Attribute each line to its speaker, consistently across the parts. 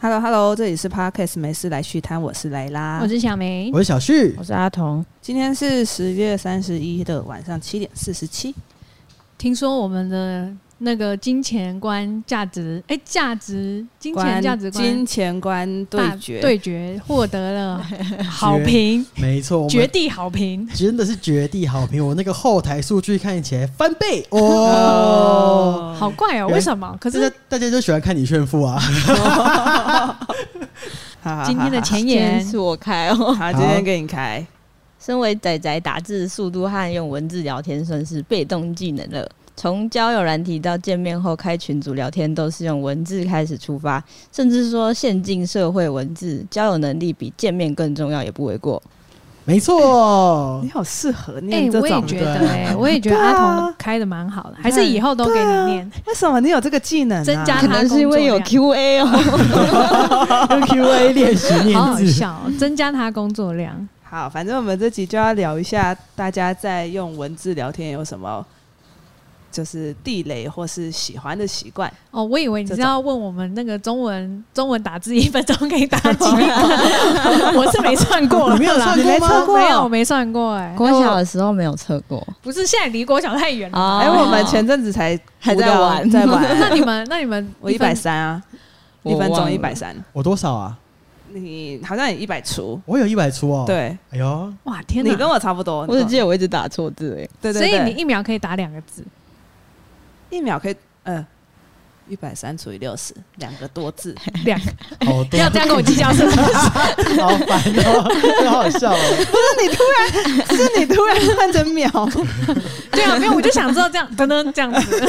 Speaker 1: Hello Hello，这里是 Podcast 没事来续摊，我是莱拉。
Speaker 2: 我是小梅，
Speaker 3: 我是小旭
Speaker 2: 我，是阿童。
Speaker 1: 今天是十月三十一的晚上七点四十七，
Speaker 2: 听说我们的那个金钱观、价值，哎、价值、金钱价值观
Speaker 1: 金钱观对
Speaker 2: 大
Speaker 1: 决，
Speaker 2: 对决获得了 好评，
Speaker 3: 没错，我
Speaker 2: 绝
Speaker 3: 们
Speaker 2: 地好评。
Speaker 3: 真的是绝地好评。我那个后台数据看起来翻倍哦，
Speaker 2: 好怪哦、
Speaker 3: 原
Speaker 2: 为什么？可
Speaker 3: 大
Speaker 2: 是
Speaker 3: 家大家就喜欢看你炫富啊。
Speaker 1: 哈哈哈哈
Speaker 2: 今天的前
Speaker 4: 今天
Speaker 2: 言
Speaker 4: 是我开哦。
Speaker 1: 好，今天给你开，
Speaker 4: 身为仔仔，打字速度和用文字聊天算是被动技能了。从交友软体到见面后开群组聊天，都是用文字开始出发，甚至说现今社会文字交友能力比见面更重要，也不为过。
Speaker 3: 没错
Speaker 1: 你，好适合
Speaker 2: 哎、
Speaker 1: 念这
Speaker 2: 我也
Speaker 1: 种，
Speaker 2: 觉得、哎，我以觉得
Speaker 1: 对啊啊
Speaker 2: 阿童开的蛮好的，还是以后都给你念，
Speaker 1: 为什么你有这个技能啊？
Speaker 2: 增加
Speaker 4: 可能是因为有
Speaker 2: 他工
Speaker 4: Q&A 哦。
Speaker 3: 用 Q&A 练习念
Speaker 2: 好好
Speaker 3: 字，
Speaker 2: 笑哦、增加他工作量。
Speaker 1: 好，反正我们这集就要聊一下，大家在用文字聊天有什么就是地雷或是喜欢的习惯。
Speaker 2: 哦，我以为你
Speaker 1: 这
Speaker 2: 是
Speaker 1: 种
Speaker 2: 要问我们那个中文中文打字一分钟可以打几 个，我是没算过了啦，
Speaker 3: 你没有算
Speaker 1: 你没
Speaker 3: 过
Speaker 1: 测
Speaker 3: 吗？
Speaker 1: 过？
Speaker 2: 没有，我。没算过哎、
Speaker 4: 国小的时候没有测过，
Speaker 2: 不是现在离国小太远了。
Speaker 4: 哦
Speaker 1: 哎、我们前阵子才
Speaker 4: 还
Speaker 1: 无
Speaker 4: 在
Speaker 1: 聊
Speaker 4: 玩
Speaker 1: 在玩。
Speaker 2: 那你们，那你们，
Speaker 1: 我一百三啊，一分钟一百三，
Speaker 3: 我多少啊？
Speaker 1: 你好像也一百出，
Speaker 3: 我有一百出哦。，
Speaker 1: 对
Speaker 3: 哎呦，
Speaker 2: 哇，天哪！
Speaker 1: 你跟我差不多。
Speaker 4: 我只记
Speaker 1: 得
Speaker 4: 得我一直打错字哎、
Speaker 1: 对
Speaker 2: 所
Speaker 1: 对
Speaker 2: 以
Speaker 1: 对，
Speaker 2: 你一秒可以打两个字，
Speaker 1: 一秒可以呃一百三除以六十，两个多 字。
Speaker 2: 两
Speaker 3: 好多
Speaker 2: 要，这样跟我计较是不是？
Speaker 3: 好烦 哦，真好笑哦。
Speaker 1: 是你突然换成秒，
Speaker 2: 对啊，没有，我就想知道这样 噔噔这样子，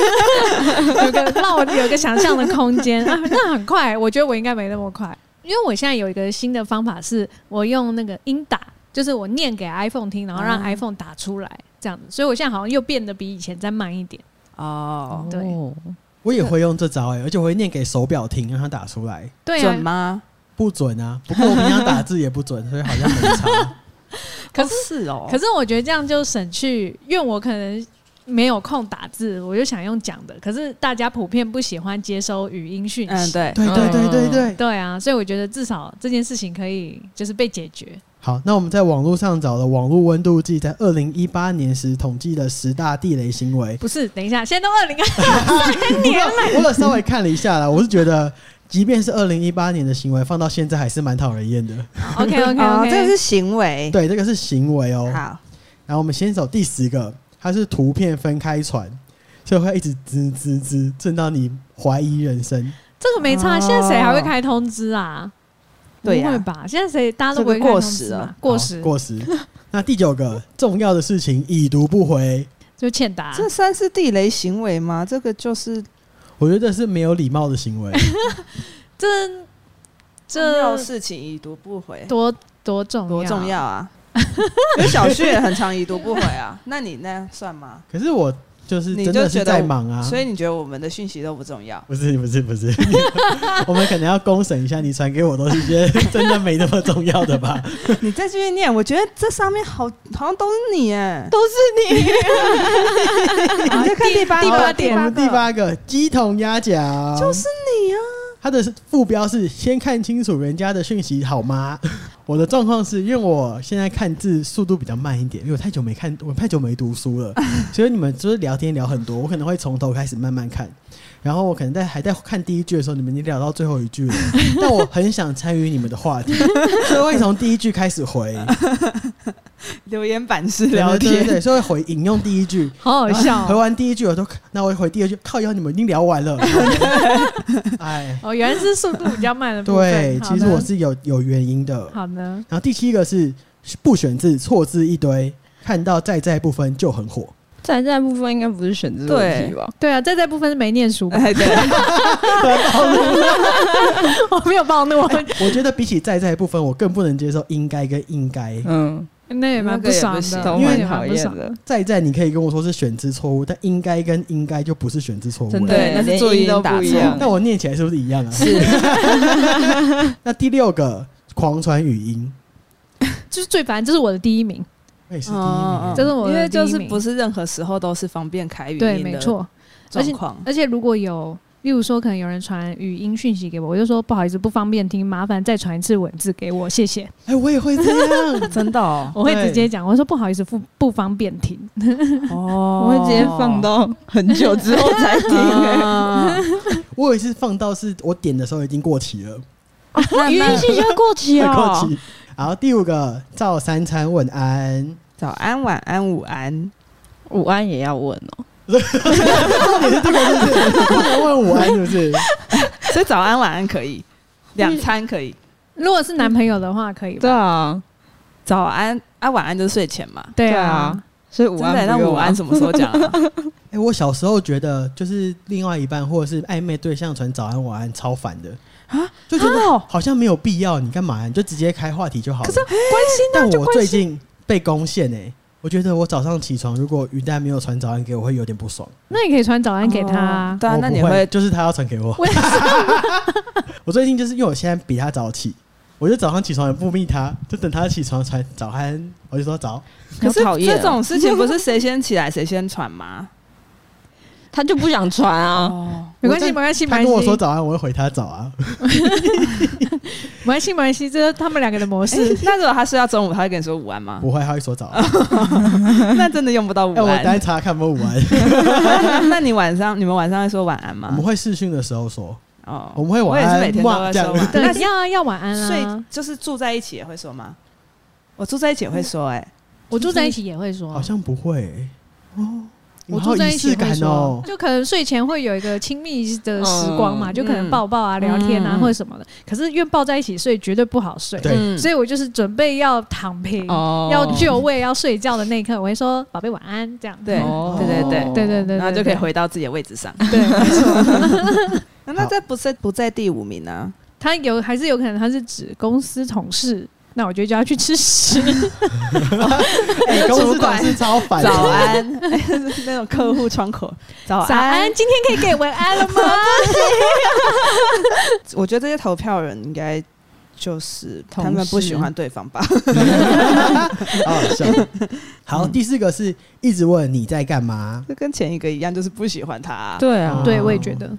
Speaker 2: 有个让我有一个想象的空间啊，那很快，我觉得我应该没那么快，因为我现在有一个新的方法是，我用那个音打，就是我念给 iPhone 听，然后让
Speaker 1: 嗯
Speaker 2: iPhone 打出来这样子，所以我现在好像又变得比以前再慢一点。
Speaker 1: 哦，
Speaker 2: 对
Speaker 4: 哦
Speaker 3: 我也会用这招哎，而且我会念给手表听，让他打出来。
Speaker 2: 对啊
Speaker 1: 准，吗？
Speaker 3: 不准啊，不过我平常打字也不准，所以好像没 差。
Speaker 2: 可
Speaker 1: 哦是哦，
Speaker 2: 可是我觉得这样就省去，因为我可能没有空打字，我就想用讲的。可是大家普遍不喜欢接收语音讯
Speaker 1: 嗯
Speaker 2: 息，
Speaker 1: 对，
Speaker 3: 对对对对对，
Speaker 2: 对啊，所以我觉得至少这件事情可以就是被解决。
Speaker 3: 好，那我们在网络上找了《网络温度计》在二零一八年时统计的十大地雷 行为。
Speaker 2: 不是，等一下，现在都二零二，
Speaker 3: 我有我有稍微看了一下啦，我是觉得，即便是二零一八年的行为，放到现在还是蛮讨人厌的。
Speaker 2: OK OK
Speaker 1: 哦
Speaker 2: OK，
Speaker 1: 这个是行为。
Speaker 3: 对，这个是行为哦、
Speaker 1: 好，
Speaker 3: 然后我们先走第十个，它是图片分开传，所以会一直滋滋滋，震到你怀疑人生。
Speaker 2: 这个没差。现在谁还会开通知啊？
Speaker 1: 对
Speaker 2: 不
Speaker 1: 呀
Speaker 2: 会吧？现在谁大家都不会
Speaker 1: 这
Speaker 2: 开
Speaker 1: 个过
Speaker 2: 通
Speaker 1: 时
Speaker 2: 知
Speaker 1: 了
Speaker 2: 吧？过时
Speaker 3: 好过时。 那第九个重要的事情已读不回，
Speaker 2: 就欠打。
Speaker 1: 这算是地雷行为吗？这个就是
Speaker 3: 我觉得这是没有礼貌的行为。
Speaker 2: 这
Speaker 1: 重要
Speaker 2: 这
Speaker 1: 事情已读不回，
Speaker 2: 多多重要？
Speaker 1: 多重要啊！ 因为小旭也很常已读不回啊，那你那算吗？
Speaker 3: 可是我就是
Speaker 1: 你
Speaker 3: 真
Speaker 1: 就
Speaker 3: 的
Speaker 1: 觉
Speaker 3: 是
Speaker 1: 得
Speaker 3: 在忙啊，
Speaker 1: 所以你觉得我们的讯息都不重要？
Speaker 3: 不是不是不是， 我们可能要公审一下，你传给我都是一些 真的没那么重要的吧？
Speaker 1: 你再继续念，我觉得这上面好好像都是你哎，
Speaker 4: 都是你，
Speaker 1: 你再看第八
Speaker 2: 第
Speaker 1: 个
Speaker 2: 八
Speaker 1: 第
Speaker 2: 点
Speaker 1: 八
Speaker 3: 第
Speaker 1: 个
Speaker 3: 八个鸡同鸭讲，
Speaker 1: 就是你啊，
Speaker 3: 它的副标是“先看清楚人家的讯息好吗？” 我的状况是因为我现在看字速度比较慢一点，因为我太久没看，我太久没读 书了，所以你们就是聊天聊很多，我可能会从头开始慢慢看，然后我可能在还在看第一句的时候，你们已经聊到最后一 句了，但我很想参与你们的话题，所以我会从第一句开始回
Speaker 1: 留言板 式聊
Speaker 3: 对对
Speaker 1: 天，
Speaker 3: 对，所以会回引用第一句，
Speaker 2: 好好 笑
Speaker 3: 回
Speaker 2: 哦！
Speaker 3: 完第一句我都，那我回第二句，靠腰你们已经聊 完了，哎，
Speaker 2: 哦，原来是速度比较慢的部
Speaker 3: 对
Speaker 2: 分。，好
Speaker 3: 其
Speaker 2: 的
Speaker 3: 实我是有有原因的。
Speaker 2: 好呢，
Speaker 3: 然后第七个是不选字，错字一堆，看到在在部分就 很火。
Speaker 4: 在在部分应该不是选字问题吧？
Speaker 2: 对啊，在这部分是没念 书 吧，
Speaker 1: 哎对，
Speaker 2: 我没有暴怒，
Speaker 3: 我觉得比起在在部分，我更不能接受应该跟应该。
Speaker 4: 嗯，
Speaker 2: 那也蛮不爽
Speaker 4: 那
Speaker 2: 的，
Speaker 4: 个也不行
Speaker 2: 因为也蛮不爽
Speaker 4: 都蛮讨厌的。
Speaker 3: 在在你可以跟我说是选字错误，但应该跟应该就不是选字错误了。
Speaker 4: 真的
Speaker 1: 对那是
Speaker 4: 连
Speaker 1: 注意
Speaker 4: 音
Speaker 1: 都
Speaker 4: 打
Speaker 1: 不一
Speaker 4: 错
Speaker 1: 样
Speaker 3: 但我念起来是不是一样啊？
Speaker 1: 是
Speaker 3: 那第六个狂传语音，
Speaker 2: 就是最烦，这是我的第一名，
Speaker 3: 我也是第一名
Speaker 1: 哦
Speaker 3: 啊。
Speaker 2: 这是我的
Speaker 1: 因为就
Speaker 2: 第一
Speaker 1: 是
Speaker 2: 名
Speaker 1: 不是任何时候都是方便开语
Speaker 2: 对，
Speaker 1: 音
Speaker 2: 没
Speaker 1: 的
Speaker 2: 错。
Speaker 1: 状况，。
Speaker 2: 而且如果有，例如说可能有人传语音讯息给我，我就说不好意思，不方便听，麻烦再传一次文字给我，谢 谢。
Speaker 3: 哎，我也会这样
Speaker 1: 真的 哦，
Speaker 2: 我会直接讲，我说不好意思，不不方便听。
Speaker 1: 我
Speaker 4: 我会直接放到很久之后才听、欸。
Speaker 3: 我有一次放到是我点的时候已经过期了，
Speaker 4: 那语音信息会过期
Speaker 3: 会
Speaker 4: 哦、
Speaker 3: 过期。好，第五个照三餐问安，
Speaker 1: 早安、晚安、午安，
Speaker 4: 午安也要问哦、
Speaker 3: 重点是这个是不是？不能问午安是不是？
Speaker 1: 所以早安、晚安可以，两餐可以。
Speaker 2: 如果是男朋友的话，可以吧？
Speaker 4: 啊，
Speaker 1: 早安啊，晚安就是睡前嘛。
Speaker 2: 对
Speaker 4: 对
Speaker 2: 啊，
Speaker 4: 啊，所以
Speaker 1: 真
Speaker 4: 午
Speaker 1: 的，
Speaker 4: 安
Speaker 1: 那
Speaker 4: 不用
Speaker 1: 午
Speaker 4: 啊
Speaker 1: 安什么时候讲啊？
Speaker 3: 哎、我小时候觉得就是另外一半或者是暧昧对象传早安晚安超烦的啊，就觉得
Speaker 1: 哦，
Speaker 3: 好像没有必要，你干嘛呀、你就直接开话题就好了。
Speaker 1: 可是关
Speaker 3: 但
Speaker 1: 心啊，就
Speaker 3: 我
Speaker 1: 关
Speaker 3: 最
Speaker 1: 心。
Speaker 3: 近被攻陷哎、我觉得我早上起床如果鱼蛋没有传早安给我，会有点不爽。
Speaker 2: 那你可以传早安给他
Speaker 1: 哦
Speaker 2: 啊。
Speaker 1: 对啊，
Speaker 3: 我
Speaker 1: 那
Speaker 3: 不
Speaker 1: 你
Speaker 3: 会
Speaker 1: 会
Speaker 3: 就是他要传给我。
Speaker 2: 为什么？
Speaker 3: 我最近就是因为我现在比他早起。我就早上起床也不密他，就等他起床传早安，我就说早。
Speaker 1: 可是
Speaker 4: 好讨厌哦
Speaker 1: 这种事情不是谁先起来谁先传 吗？
Speaker 4: 他就不想传啊。
Speaker 1: 哦，
Speaker 2: 没关系，
Speaker 3: 我在
Speaker 2: 没关系，没
Speaker 3: 他
Speaker 2: 关
Speaker 3: 跟
Speaker 2: 系，
Speaker 3: 我说
Speaker 2: 没
Speaker 3: 早安，我会回他早啊。
Speaker 2: 关系，没关系，这是他们两个的模式。
Speaker 1: 是。那如果他睡到中午，他会跟你说午安
Speaker 2: 啊
Speaker 1: 吗？
Speaker 3: 不会，他 会说早安。
Speaker 2: 哦
Speaker 1: 那真的用不到午
Speaker 3: 哎、我等 下
Speaker 1: 安。
Speaker 3: 查看有没有午 安。
Speaker 1: 那你晚上你们晚上会说晚安
Speaker 3: 我
Speaker 1: 吗
Speaker 2: 啊
Speaker 3: 们？会视讯的时候说，
Speaker 1: 哦
Speaker 3: 我们会
Speaker 1: 我
Speaker 3: 晚
Speaker 1: 也是
Speaker 3: 安
Speaker 1: 每天都会说
Speaker 3: 这样
Speaker 1: 晚安。
Speaker 2: 对
Speaker 1: 那，
Speaker 2: 要啊要晚安
Speaker 1: 睡
Speaker 2: 啊。
Speaker 1: 就是住在一起也会说吗？我住在一起也会说，哎，
Speaker 2: 我住在一起也会说
Speaker 3: 好，像不会、欸、哦。你
Speaker 2: 我
Speaker 3: 们好
Speaker 2: 住在
Speaker 3: 有仪
Speaker 2: 一起
Speaker 3: 式
Speaker 2: 会
Speaker 3: 感
Speaker 2: 说
Speaker 3: 哦，，
Speaker 2: 就可能睡前会有一个亲密的时光嘛，
Speaker 4: 嗯
Speaker 2: 就可能抱抱啊、聊天啊
Speaker 1: 嗯
Speaker 2: 或者什么的。可是因为抱在一起睡绝对不好睡，
Speaker 3: 对
Speaker 1: 嗯
Speaker 2: 所以我就是准备要躺平、
Speaker 4: 哦
Speaker 2: 要就位、要睡觉的那一刻，我会说“宝贝晚安”这样。嗯
Speaker 1: 对
Speaker 4: 哦
Speaker 1: 对对对
Speaker 2: 对对对，
Speaker 1: 然后就
Speaker 2: 对
Speaker 1: 可以
Speaker 2: 对
Speaker 1: 回到自己的位置 上。
Speaker 2: 对，没错。
Speaker 1: 那这不是不在第五名啊呢？
Speaker 2: 他有还是有可能他是指公司同事，那我觉得就要去吃 屎。
Speaker 3: 哎、公司董事超烦的。
Speaker 1: 早 安， 那种客户窗口早
Speaker 2: 早安，今天可以给文安了 吗？
Speaker 1: 我觉得这些投票人应该就是
Speaker 4: 同
Speaker 1: 他们不
Speaker 4: 事
Speaker 1: 喜欢对方吧？
Speaker 3: 好好笑。好，
Speaker 2: 嗯
Speaker 3: 第四个是一直问你在干嘛。
Speaker 1: 这跟前一个一样，就是不喜欢他啊。
Speaker 4: 对
Speaker 3: 啊
Speaker 2: 对，我也觉得。
Speaker 1: 哦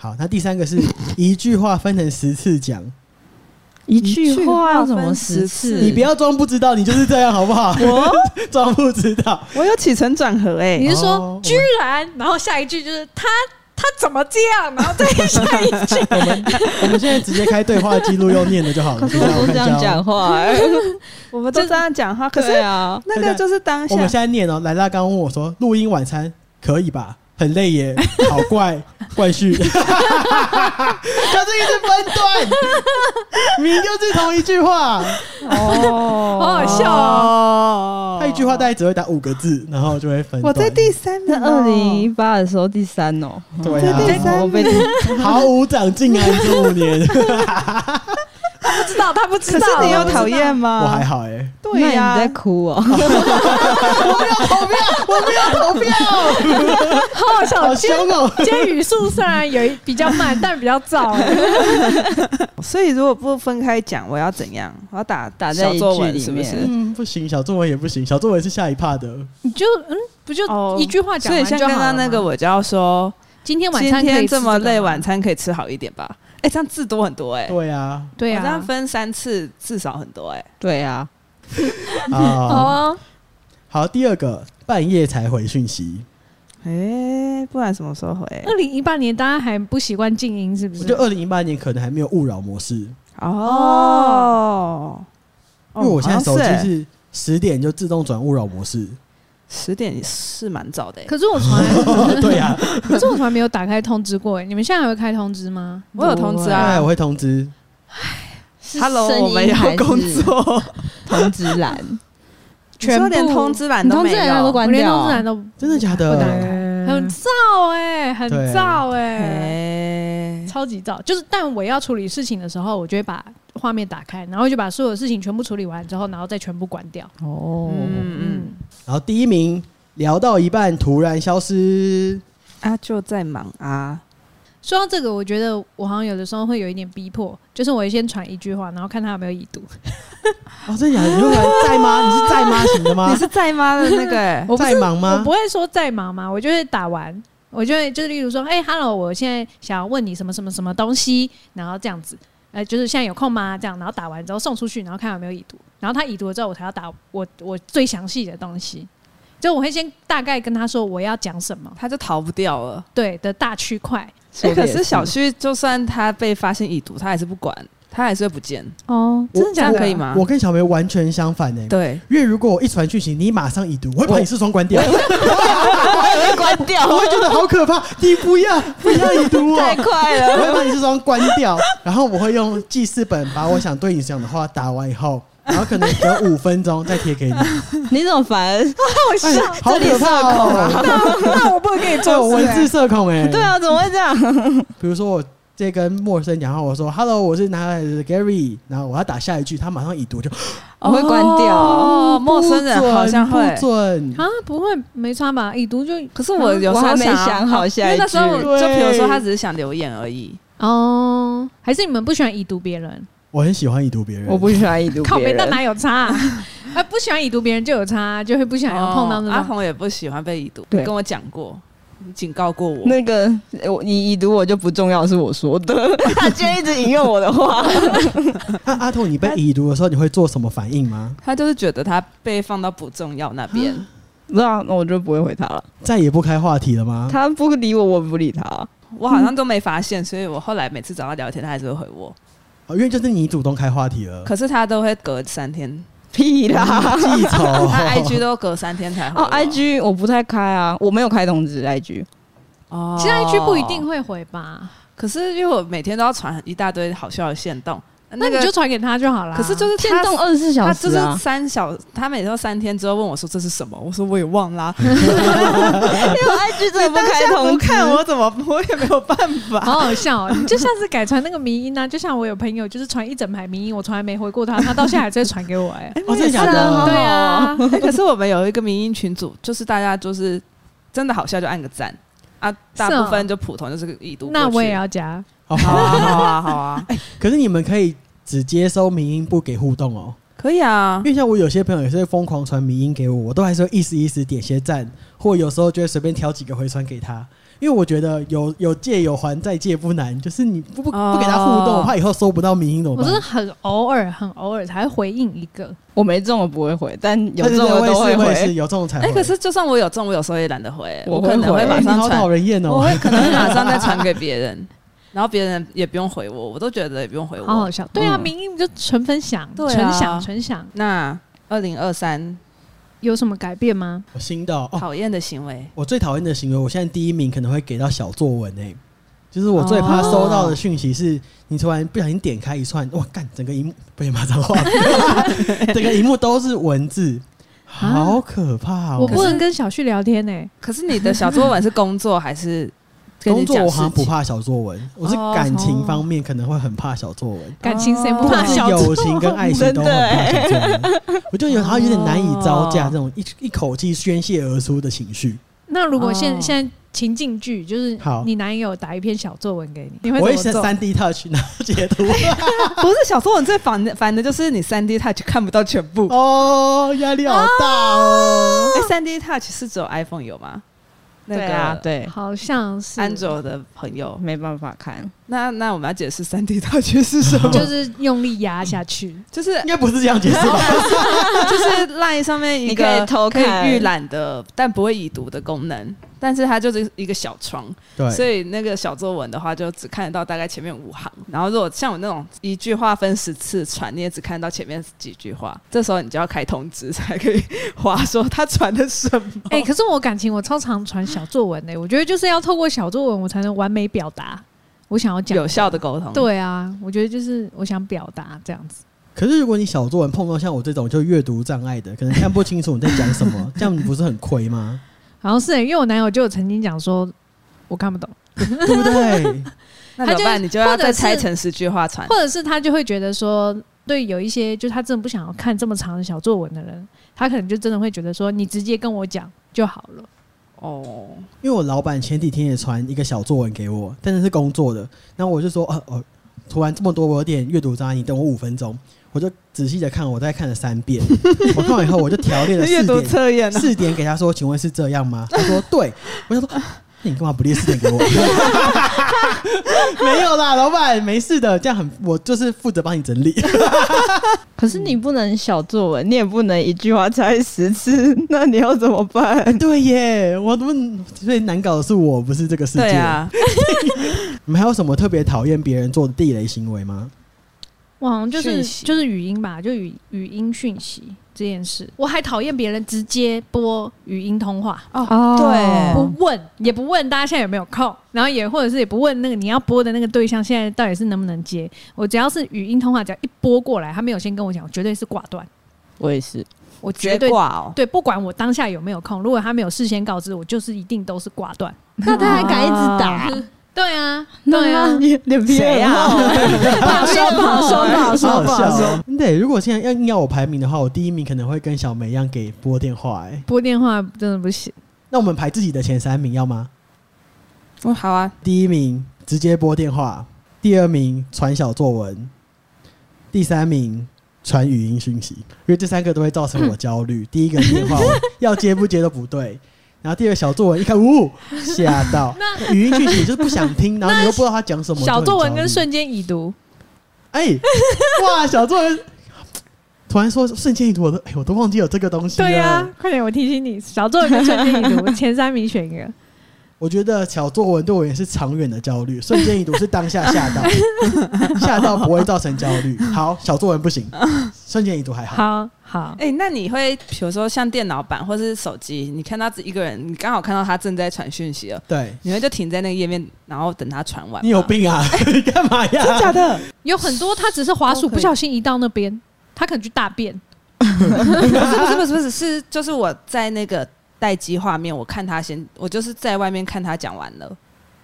Speaker 3: 好，那第三个是一句话分成十次讲，
Speaker 4: 一
Speaker 1: 句
Speaker 4: 句
Speaker 1: 话
Speaker 4: 话
Speaker 1: 要
Speaker 4: 要
Speaker 1: 怎
Speaker 4: 怎
Speaker 1: 么
Speaker 4: 么
Speaker 1: 十
Speaker 4: 十
Speaker 1: 次
Speaker 4: 次？
Speaker 3: 你不要装不知道，你就是这样好不好？ 装不知道，
Speaker 1: 我有起承转合哎、
Speaker 2: 你是
Speaker 3: 哦
Speaker 2: 说居然，然后下一句就是他他怎么这样，然后再下一句，
Speaker 3: 我们现在直接开对话记录用念的就好了。
Speaker 4: 可是
Speaker 3: 等一下
Speaker 4: 我
Speaker 3: 我
Speaker 4: 不
Speaker 3: 看
Speaker 4: 这
Speaker 3: 一下哦
Speaker 4: 样讲话、
Speaker 1: 我们都这样讲话，可是
Speaker 4: 啊，
Speaker 1: 那个就是当
Speaker 3: 我
Speaker 1: 下
Speaker 3: 们现在念哦，莱拉刚问我说：“录音晚餐可以吧？”很累 耶，好怪怪序，就是一直分段，明明就是同一句话，
Speaker 1: 哦，
Speaker 2: 好好笑
Speaker 1: 哦
Speaker 3: 他一句话大概只会打五个字，然后就会分
Speaker 1: 我
Speaker 3: 段。
Speaker 1: 在第三名
Speaker 4: 那
Speaker 1: 哦，
Speaker 4: 二零一八的时候第三哦、
Speaker 3: 对
Speaker 1: 在第
Speaker 3: 啊，
Speaker 1: 三
Speaker 4: 我被
Speaker 3: 毫无长进啊，这五年
Speaker 2: 不知道他不
Speaker 1: 可
Speaker 2: 知道，
Speaker 1: 是你有
Speaker 2: 我不知道
Speaker 1: 讨厌，吗？
Speaker 3: 我还好哎，
Speaker 1: 对啊呀、
Speaker 4: 那你在哭哦、
Speaker 2: 好好笑，
Speaker 3: 好
Speaker 2: 今
Speaker 3: 凶
Speaker 2: 天
Speaker 3: 哦。
Speaker 2: 今天语速虽然有一比较慢，但比较燥，
Speaker 1: 所以如果不分开讲，我要怎样？我要打
Speaker 4: 打在
Speaker 1: 小
Speaker 4: 一
Speaker 1: 作
Speaker 4: 句
Speaker 1: 文
Speaker 4: 里
Speaker 1: 是不
Speaker 4: 面
Speaker 1: 是？
Speaker 3: 嗯，不行，小作文也不行，小作文是下一趴的。
Speaker 2: 你就嗯，不就
Speaker 1: 哦
Speaker 2: 一句话讲
Speaker 1: 所
Speaker 2: 完
Speaker 1: 以
Speaker 2: 就
Speaker 1: 像
Speaker 2: 好
Speaker 1: 刚
Speaker 2: 了
Speaker 1: 刚
Speaker 2: 吗
Speaker 1: 那个，我就要说，
Speaker 2: 今天晚
Speaker 1: 今
Speaker 2: 餐可以
Speaker 1: 天
Speaker 2: 吃
Speaker 1: 这么
Speaker 2: 个吗
Speaker 1: 累，晚餐可以吃好一点吧？哎，这样字多很多哎，
Speaker 3: 对啊，
Speaker 2: 对
Speaker 1: 我这样
Speaker 2: 啊，
Speaker 1: 分三次至少很多哎，
Speaker 4: 对啊，
Speaker 3: 啊，
Speaker 2: 哦，
Speaker 3: 好，第二个半夜才回讯息，
Speaker 1: 哎，不然什么时候回？
Speaker 2: 二零一八年大家还不习惯静音，是不
Speaker 3: 我
Speaker 2: 是
Speaker 3: 觉？得二零一八年可能还没有勿扰模式，因
Speaker 1: 哦，
Speaker 3: 为我现在手机是十点就自动转勿扰模式，
Speaker 1: 十点是蛮早的哎，
Speaker 2: 可是我从来，
Speaker 3: 对啊呀，
Speaker 2: 可是我从来没有打开通知过哎。你们现在还会开通知吗？
Speaker 1: 我有通知
Speaker 3: 哎，
Speaker 1: 啊
Speaker 3: 我会通知，
Speaker 4: 是
Speaker 3: 哎
Speaker 1: Hello，
Speaker 4: 声音
Speaker 1: 我们要
Speaker 4: 还是
Speaker 1: 工作，
Speaker 4: 通知栏，
Speaker 1: 你说
Speaker 2: 全部
Speaker 1: 连通知栏
Speaker 4: 你
Speaker 1: 都
Speaker 4: 通
Speaker 1: 没
Speaker 4: 知栏都
Speaker 1: 有。
Speaker 2: 我
Speaker 4: 关
Speaker 2: 连
Speaker 4: 掉
Speaker 2: 通知
Speaker 4: 哦，
Speaker 2: 栏都
Speaker 3: 真的假
Speaker 2: 不打
Speaker 3: 的？
Speaker 4: 哎
Speaker 1: 嗯
Speaker 2: 很燥哎，很
Speaker 3: 对
Speaker 2: 燥哎。
Speaker 1: 哎，
Speaker 2: 超级燥，就是但我要处理事情的时候，我就会把画面打开，然后就把所有事情全部处理完之后，然后再全部关掉。
Speaker 3: 哦
Speaker 1: 嗯嗯，
Speaker 2: 嗯，
Speaker 3: 然后第一名聊到一半突然消失，
Speaker 1: 啊就在忙啊，
Speaker 2: 说到这个，我觉得我好像有的时候会有一点逼迫，就是我会先传一句话，然后看他有没有已读。
Speaker 3: 哦，真的假的？你会玩在吗？你是在吗型的吗
Speaker 1: 你？是在吗的那个哎
Speaker 2: 我不
Speaker 3: 在
Speaker 2: 是
Speaker 3: 忙
Speaker 2: 我
Speaker 3: 吗
Speaker 2: 不？会说在忙嘛，我就会打完，我就会就是例如说，哎、h e l l o 我现在想要问你什么什么什么东西，然后这样子，呃，就是现在有空吗？这样，然后打完之后送出去，然后看有没有已读，然后他已读了之后，我才要打我我最详细的东西，就我会先大概跟他说我要讲什 么，
Speaker 1: 他就逃不掉了。
Speaker 2: 对的大区块
Speaker 4: 说
Speaker 1: 欸
Speaker 4: 的
Speaker 1: 可
Speaker 4: 也
Speaker 1: 是小旭就算他被发现已读，他还是不管，他还是会不见。
Speaker 2: 哦，
Speaker 3: 我
Speaker 2: 真的假
Speaker 1: 这
Speaker 2: 的？
Speaker 1: 样可以吗
Speaker 3: 我跟小梅完全相反呢、
Speaker 1: 对，
Speaker 3: 因为如果我一传讯息，你马上已读，我会把你视窗关掉，
Speaker 4: 被哎关 掉，
Speaker 3: 我会觉得好可怕。你不要不要已读
Speaker 4: 太
Speaker 3: 我，
Speaker 1: 哎
Speaker 4: 快
Speaker 3: 我
Speaker 4: 了，
Speaker 3: 会把你视窗关掉，然后我会用记事本把我想对你讲的话打完以后，然后可能隔五分钟再贴给你，
Speaker 4: 你怎么烦？
Speaker 2: 好
Speaker 3: 哎
Speaker 2: 笑，
Speaker 3: 好可 怕哦！
Speaker 1: 那我不能给你
Speaker 3: 这有文字社恐哎、
Speaker 4: 对，啊，怎么会这样？
Speaker 3: 比如说我。在跟陌生人讲话，我说 “Hello，我是哪来的 Gary”，然后我要打下一句，他马上已读就
Speaker 4: 我会关掉，
Speaker 1: 哦，陌生人好像会
Speaker 3: 不。准，
Speaker 2: 啊，不会没差吧？已读就
Speaker 1: 可是我有时
Speaker 4: 我还
Speaker 1: 候
Speaker 4: 没
Speaker 1: 要哦
Speaker 4: 想好下
Speaker 1: 因为那
Speaker 4: 一
Speaker 1: 时候
Speaker 4: 句
Speaker 1: 就比如说
Speaker 3: 对
Speaker 1: 他只是想留言而已。
Speaker 2: 哦，还是你们不喜欢已读别人？
Speaker 3: 我很喜欢已读别人，
Speaker 4: 我不喜欢已读
Speaker 2: 靠
Speaker 4: 别
Speaker 2: 边，那
Speaker 4: 人，
Speaker 2: 哪有差、啊？ 啊，不喜欢已读别人就有差、就会不想要碰到
Speaker 1: 哦阿
Speaker 2: 那种。
Speaker 1: 红也不喜欢被已读，
Speaker 4: 对嗯
Speaker 1: 你跟我讲过，你警告过我。
Speaker 4: 那个我你已读我就不重要，是我说的， 他居然一直引用我的话，
Speaker 3: 那啊阿兔，你被已读的时候，你会做什么反应吗？
Speaker 1: 他就是觉得他被放到不重要那边，
Speaker 4: 不然那我就不会回他了。
Speaker 3: 再也不开话题了吗？
Speaker 4: 他不理我，我不理他。
Speaker 1: 我好像都没发现，所以我后来每次找他聊天，他还是会回我。
Speaker 3: 哦因为就是你主动开话题了，
Speaker 1: 可是他都会隔三天，
Speaker 4: 屁啦！
Speaker 3: 记仇。
Speaker 1: 他 IG 都隔三天才回
Speaker 4: 哦
Speaker 1: 我。
Speaker 4: ，IG 我不太开啊，我没有开通知 IG。
Speaker 1: 哦
Speaker 2: 其实 IG 不一定会回吧？
Speaker 1: 可是因为我每天都要传一大堆好笑的线动，
Speaker 2: 那你
Speaker 1: 个
Speaker 2: 就传给他就好啦。
Speaker 1: 可是就是
Speaker 4: 电
Speaker 1: 他
Speaker 4: 动二十四小
Speaker 1: 他就
Speaker 4: 时
Speaker 1: 是
Speaker 4: 啊，
Speaker 1: 三小，他每周三天之后问我说这是什么，我说我也忘啊啦。
Speaker 4: 因为我 IG 真的不开
Speaker 1: 不
Speaker 4: 通知，
Speaker 1: 看我怎么我也没有办法。
Speaker 2: 好好笑、哦，你 就下次改传那个迷音啊！就像我有朋友就是传一整排迷音，我从来没回过他，他到现在还在传给我哎、
Speaker 3: 哦，真的假
Speaker 4: 哦
Speaker 2: 对
Speaker 3: 的？
Speaker 2: 啊，
Speaker 1: 哎 可是我们有一个民音群组，就是大家就是真的好笑就按个赞啊，大
Speaker 2: 是哦
Speaker 1: 部分就普通就是个已读过去。
Speaker 2: 那我也要加。
Speaker 3: 哦，
Speaker 1: 好
Speaker 3: 好
Speaker 1: 啊好 啊好啊，哎
Speaker 3: 可是你们可以只接收民音，不给互动哦。
Speaker 1: 可以啊
Speaker 3: 因。为像我有些朋友也是会疯狂传民音给我，我都还是会意思意思点些赞，或有时候就会随便挑几个回传给他。因为我觉得有有借有还，再借不难。就是你不不不给他互动，
Speaker 1: 哦
Speaker 3: 我怕以后收不到民音怎么
Speaker 2: 我真的
Speaker 3: 办？
Speaker 2: 很偶尔、很偶尔才会回应一个，
Speaker 4: 我没中我不会回，但有
Speaker 3: 对对
Speaker 4: 中
Speaker 3: 对我也
Speaker 4: 都会
Speaker 3: 是，我也
Speaker 4: 回
Speaker 3: 是。有这种才
Speaker 1: 哎，
Speaker 3: 会。
Speaker 1: 可是就算我有中，我有时候也懒得回，欸
Speaker 4: 我
Speaker 1: 我
Speaker 4: 会
Speaker 1: 可能
Speaker 4: 回
Speaker 1: 会马
Speaker 3: 哎你
Speaker 1: 上
Speaker 3: 好
Speaker 1: 传
Speaker 3: 讨，人厌哦！
Speaker 1: 我 会可能会马上再传给别人，然后别人也不用回我，我都觉得也不用回
Speaker 2: 好好
Speaker 1: 我。
Speaker 2: 笑。对啊，
Speaker 4: 嗯
Speaker 2: 民音就纯分享，
Speaker 1: 对
Speaker 2: 纯
Speaker 1: 啊
Speaker 2: 享，纯享，
Speaker 1: 那二零二三
Speaker 2: 有什么改变吗？
Speaker 3: 我新的哦，哦
Speaker 1: 讨厌的行为，
Speaker 3: 我最讨厌的行为，我现在第一名可能会给到小作文诶、就是我最怕收到的讯息是，你突然不小心点开一串，哇，干，整个荧幕不行，马上画，整个荧幕都是文字，好可怕哦！
Speaker 2: 我不能跟小旭聊天呢、欸
Speaker 1: 可是你的小作文是工作还是跟
Speaker 3: 工
Speaker 1: 你
Speaker 3: 作
Speaker 1: 讲
Speaker 3: 我
Speaker 1: 事
Speaker 3: 好像不
Speaker 1: 情？
Speaker 3: 怕小作文，我是感情方面可能会很怕小作文，
Speaker 2: 感情谁不
Speaker 3: 不
Speaker 2: 怕
Speaker 3: 管是
Speaker 2: 小作
Speaker 3: 友情跟爱情都很怕小作文，我就有好像有点难以招架这种一一口气宣泄而出的情绪，
Speaker 2: 那如果现、
Speaker 1: 哦
Speaker 2: 现在情境剧，就是
Speaker 3: 好
Speaker 2: 你男友打一篇小作文给你，你会
Speaker 3: 我会
Speaker 2: 怎
Speaker 3: 先
Speaker 2: 么做？
Speaker 3: 三 D touch 然后截图，
Speaker 1: 不是小作文最烦的，烦的就是你三 D touch 看不到全部。
Speaker 3: 哦，压力好大哦。哦
Speaker 1: 哦哎、三 D touch 是只有 iPhone 有吗？那
Speaker 4: 对啊，
Speaker 1: 个
Speaker 4: 对，
Speaker 2: 好像是
Speaker 1: 安卓的朋友。
Speaker 4: 没办法看，
Speaker 1: 那那我们要解释三 D 道具是 什么？
Speaker 2: 就是用力压下 去，
Speaker 1: 就是啊
Speaker 3: 应该不是这样解释 吧？
Speaker 1: 就是 Line 上面一
Speaker 4: 你可以
Speaker 1: 个
Speaker 4: 偷
Speaker 1: 可以
Speaker 4: 看
Speaker 1: 预览的，但不会已读的功能，但是它就是一个小窗，所
Speaker 3: 对，
Speaker 1: 以那个小作文的话，就只看得到大概前面五行。然后如果像我那种一句话分十次传，你也只看得到前面几句话，这时候你就要开通知才可以划说他传的什么。
Speaker 2: 哎、可是我感情我超常传小作文的、我觉得就是要透过小作文，我才能完美表达我想要讲的
Speaker 1: 有效的。沟通，，
Speaker 2: 对啊，我觉得就是我想表达这样子。
Speaker 3: 可是如果你小作文碰到像我这种就阅读障碍的，可能看不清楚你在讲 什么，这样你不是很亏吗？
Speaker 2: 好像是、欸，因为我男友就有曾经讲说，我看不懂，
Speaker 3: 对不对？
Speaker 1: 那怎么
Speaker 2: 他
Speaker 1: 办？
Speaker 2: 就
Speaker 1: 你就要
Speaker 2: 或者
Speaker 1: 再
Speaker 2: 是
Speaker 1: 拆成十句话传
Speaker 2: 或。者是他就会觉得说，对有一些就他真的不想要看这么长的小作文的人，他可能就真的会觉得说，你直接跟我讲就好了。
Speaker 1: 哦，
Speaker 3: 因为我老板前几天也传一个小作文给我，但是是工作的，然后我就说，哦、哦，突然这么多，我有点阅读障碍，你等我五分钟。我就仔细的看，我大概看了三 遍，我看完以后我就条列了
Speaker 1: 阅
Speaker 3: 四
Speaker 1: 读
Speaker 3: 点，
Speaker 1: 测验啊呢？
Speaker 3: 四点给他说，请问是这样吗？他说对，我想说，那你干嘛不列四点给我？ 没有啦，老板，没事的，这样很，我就是负责帮你整理。
Speaker 4: 可是你不能小作文，你也不能一句话猜十次， 那你要怎么办？
Speaker 3: 对耶，我们最难搞的是我，不是这个世界。
Speaker 1: 对啊，
Speaker 3: 你们还有什么特别讨厌别人做的地雷行为吗？
Speaker 2: 我好像就是
Speaker 1: 讯息
Speaker 2: 就是语音吧，就语语音讯息这件事，我还讨厌别人直接播语音通话。
Speaker 1: 哦，
Speaker 4: 哦
Speaker 1: 对，
Speaker 2: 不问，也不问大家现在有没有空，然后也或者是也不问那个你要播的那个对象现在到底是能不能接。我只要是语音通话，只要一拨过来，他没有先跟我讲，我绝对是挂断，
Speaker 4: 我也是，
Speaker 2: 我
Speaker 1: 直
Speaker 2: 绝
Speaker 1: 接
Speaker 2: 对
Speaker 1: 挂哦。
Speaker 2: 对，不管我当下有没有空，如果他没有事先告知我，就是一定都是挂断。
Speaker 4: 那他还敢一直打？
Speaker 2: 对啊，对
Speaker 4: 那
Speaker 2: 啊
Speaker 4: 他，脸脸皮
Speaker 1: 谁
Speaker 4: 很
Speaker 1: 呀？
Speaker 4: 厚，不 好说，不 好说，不好说，不好说。
Speaker 3: 哦对，如果现在要硬要我排名的话，我第一名可能会跟小梅一样给拨电话、哎，
Speaker 2: 拨电话真的不行。
Speaker 3: 那我们排自己的前三名要吗？
Speaker 1: 哦，好啊，
Speaker 3: 第一名直接拨电话，第二名传小作文，第三名传语音讯息，因为这三个都会造成我 焦虑。第一个电话我要接不接都不对，然后第二个小作文一看，呜、吓 到。语音讯息就是不想听，然后你又不知道他讲什么。
Speaker 2: 小作文
Speaker 3: 就很焦虑
Speaker 2: 跟瞬间已读，
Speaker 3: 哎、哇，小作文突然说瞬间一读，我都哎、我都忘记有这个东西了。
Speaker 2: 对啊，快点，我提醒你，小作文跟瞬间已 读，前三名选一个。
Speaker 3: 我觉得小作文对我也是长远的焦虑，瞬间一读是当下吓 到，吓到不会造成焦虑。好，小作文不行，瞬间一读还好。
Speaker 2: 好好，
Speaker 1: 哎、那你会比如说像电脑版或是手机，你看到一个人，你刚好看到他正在传讯息了，
Speaker 3: 对
Speaker 1: 你会就停在那个页面，然后等他传完吗。
Speaker 3: 你有 病啊！你干嘛呀？
Speaker 1: 真假的？
Speaker 2: 有很多他只是滑鼠
Speaker 1: 都可以
Speaker 2: 不小心移到那边， 他可能去大便。
Speaker 1: 不是不是不是不 是，是就是我在那个待机画面，我看他先，我就是在外面看他讲完了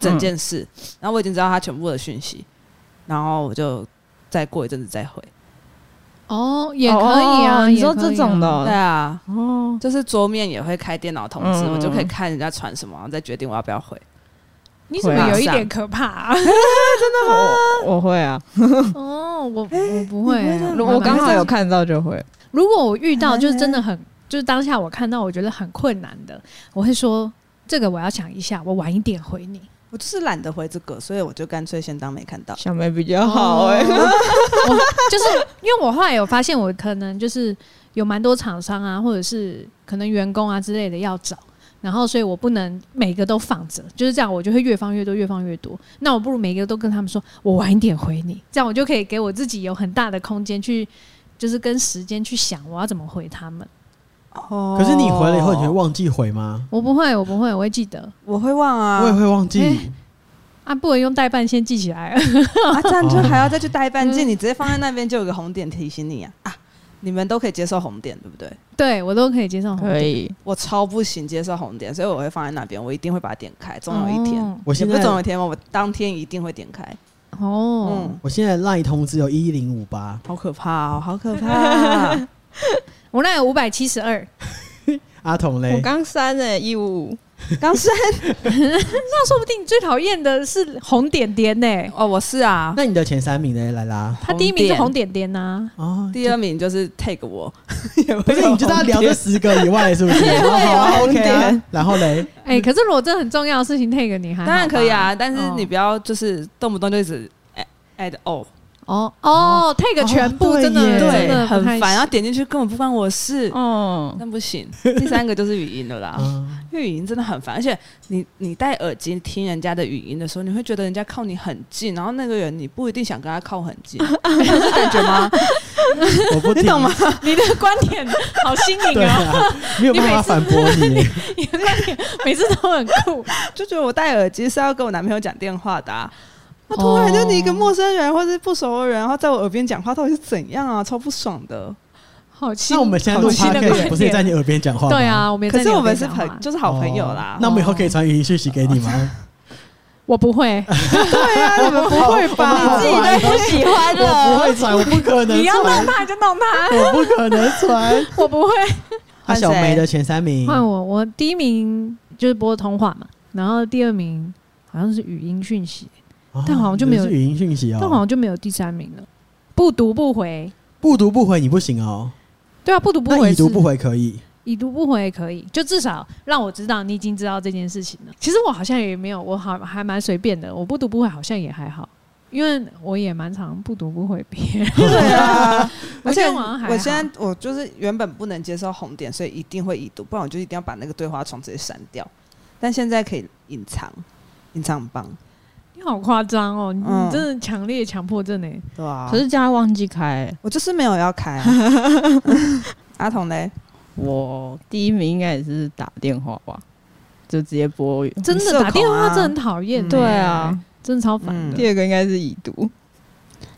Speaker 1: 整件事，
Speaker 3: 嗯
Speaker 1: 然后我已经知道他全部的讯息，然后我就再过一阵子再回。
Speaker 2: 哦，也可以啊，
Speaker 4: 哦你
Speaker 2: 也
Speaker 4: 说
Speaker 2: 可以啊
Speaker 4: 这种的哦
Speaker 1: 对啊，
Speaker 4: 哦，
Speaker 1: 就是桌面也会开电脑通知，
Speaker 4: 嗯嗯
Speaker 1: 我就可以看人家传什么，然后再决定我要不要回。
Speaker 2: 你怎么有一点可怕啊？
Speaker 4: 我我会啊，
Speaker 2: 哦，我我不会啊，
Speaker 4: 如果我刚好有看到就会。
Speaker 2: 如果我遇到就是真的很，就是当下我看到我觉得很困难的，我会说这个我要想一下，我晚一点回你。
Speaker 1: 我就是懒得回这个，所以我就干脆先当没看到。
Speaker 4: 小梅比较好 哎、
Speaker 2: 哦我就是因为我后来有发现，我可能就是有蛮多厂商啊，或者是可能员工啊之类的要找。然后，所以我不能每个都放着，就是这样，我就会越放越多，越放越多。那我不如每个都跟他们说，我晚一点回你，这样我就可以给我自己有很大的空间去，就是跟时间去想我要怎么回他们。
Speaker 1: 哦
Speaker 3: 可是你回了以后，你会忘记回吗？
Speaker 2: 我不会，我不会，我会记得
Speaker 1: 我会忘啊，
Speaker 3: 我也会忘记
Speaker 2: 哎。啊，不能用代办先记起来。
Speaker 1: 啊，这样就还要再去带半径，
Speaker 2: 嗯
Speaker 1: 你直接放在那边就有个红点提醒你啊啊！你们都可以接受红点，对不对？
Speaker 2: 对我都可以接受红
Speaker 4: 可
Speaker 2: 点，
Speaker 4: 以，
Speaker 1: 我超不行接受红点，所以我会放在那边，我一定会把它点开，总有一天。
Speaker 2: 哦
Speaker 3: 我
Speaker 1: 也
Speaker 3: 现
Speaker 1: 不是
Speaker 3: 在
Speaker 1: 总有一天吧，我当天一定会点开。
Speaker 2: 哦，
Speaker 1: 嗯，
Speaker 3: 我现在赖通知有一零五八，
Speaker 1: 好可怕哦，好可怕、 啊！
Speaker 2: 我那有五百七十二，
Speaker 3: 阿童
Speaker 4: 我
Speaker 3: 嘞，
Speaker 2: 欸
Speaker 4: 刚删了一五五，
Speaker 1: 刚是
Speaker 2: 那说不定你最讨厌的是红点点呢、
Speaker 1: 哦，我是啊，
Speaker 3: 那你的前三名呢？来啦，
Speaker 2: 他第一名是红点点啊呐、
Speaker 3: 哦，
Speaker 1: 第二名就是 take 我，
Speaker 3: 不是你就大家聊这十个以 外，是不是？
Speaker 4: 会有
Speaker 3: 好啊
Speaker 4: 红
Speaker 3: ，OK 啊
Speaker 4: 点。
Speaker 3: 然后嘞，
Speaker 2: 哎、可是如果真的很重要的事情 take 你还
Speaker 1: 当然可以啊，但是
Speaker 2: 哦
Speaker 1: 你不要就是动不动就一直 at at all，
Speaker 2: 哦哦，take 全部
Speaker 3: 对
Speaker 2: 真的
Speaker 3: 耶
Speaker 2: 真的
Speaker 1: 很
Speaker 2: 不太
Speaker 1: 烦，然后
Speaker 2: 行哦
Speaker 1: 点进去根本不关我事，
Speaker 4: 嗯，
Speaker 1: 那不行。第三个就是语音了啦，
Speaker 3: 嗯，
Speaker 1: 因为语音真的很烦，而且你你戴耳机听人家的语音的时候，你会觉得人家靠你很近，然后那个人你不一定想跟他靠很 近，你有这感觉吗？
Speaker 3: 我不
Speaker 1: 你
Speaker 3: 听
Speaker 1: 懂吗？？
Speaker 2: 你的观点好新颖
Speaker 3: 对
Speaker 2: 哦，
Speaker 3: 啊，没有办法反驳你。
Speaker 2: 你的观点每次都很酷。
Speaker 1: 就觉得我戴耳机是要跟我男朋友讲电话的、啊。那突然就你一个陌生
Speaker 2: 哦
Speaker 1: 人或是不熟的人，然后在我耳边讲话，到底是怎样啊？超不爽的。
Speaker 2: 好新，
Speaker 3: 那我们现在录
Speaker 2: 好新的
Speaker 3: podcast 不是也在你耳边讲话
Speaker 2: 观点
Speaker 3: 吗？
Speaker 2: 对啊，我们也在
Speaker 1: 可是
Speaker 2: 你
Speaker 1: 我
Speaker 2: 耳
Speaker 1: 们
Speaker 2: 边
Speaker 1: 是
Speaker 2: 讲话
Speaker 1: 朋，就是好朋友啦
Speaker 3: 哦。那我们以后可以传语音讯息给你吗？
Speaker 2: 我不 会，
Speaker 1: 对啊，你们不会啊吧？
Speaker 3: 我
Speaker 4: 自己
Speaker 2: 哦
Speaker 4: 都不喜欢
Speaker 3: 我不
Speaker 4: 了，
Speaker 3: 会传，我不可能
Speaker 2: 你要弄
Speaker 3: 传，
Speaker 2: 他就弄他，
Speaker 3: 我不可能传。
Speaker 2: 我不会。
Speaker 3: 啊，
Speaker 1: 换谁
Speaker 3: 小梅的前三名，
Speaker 2: 换我，我第一名就是拨通话嘛，然后第二名好像是语音讯息，
Speaker 3: 哦
Speaker 2: 但好像就没有
Speaker 3: 你的是语音讯息
Speaker 2: 但好
Speaker 3: 哦。
Speaker 2: 像就没有第三名了。不读不回，
Speaker 3: 不读不回你不行哦，
Speaker 2: 对啊，不读不
Speaker 3: 那
Speaker 2: 回
Speaker 3: 已
Speaker 2: 是
Speaker 3: 读不，回可以。
Speaker 2: 已读不回可以，就至少让我知道你已经知道这件事情了。其实我好像也没有，我好还蛮随便的，我不读不回好像也还好。因为我也蛮常不读不回别人，
Speaker 1: 对啊，而且
Speaker 2: 我觉得好像还好
Speaker 1: 我现在我就是原本不能接受红点，所以一定会已读，不然我就一定要把那个对话窗直接删掉。但现在可以隐藏，隐藏很棒，
Speaker 2: 你好夸张哦！你
Speaker 1: 嗯
Speaker 2: 你真的强烈强迫症哎，
Speaker 1: 对啊
Speaker 4: 可是这样忘记
Speaker 2: 欸
Speaker 4: 开。
Speaker 1: 我就是没有要开、啊 阿童嘞，
Speaker 4: 我第一名应该也是打电话吧，就直接拨。
Speaker 2: 真
Speaker 1: 社
Speaker 2: 的
Speaker 1: 恐啊
Speaker 2: 打电话真的很讨厌
Speaker 1: 嗯
Speaker 2: 欸。
Speaker 4: 对啊，
Speaker 2: 真的超烦
Speaker 1: 嗯
Speaker 2: 的。
Speaker 4: 第二个应该是已读。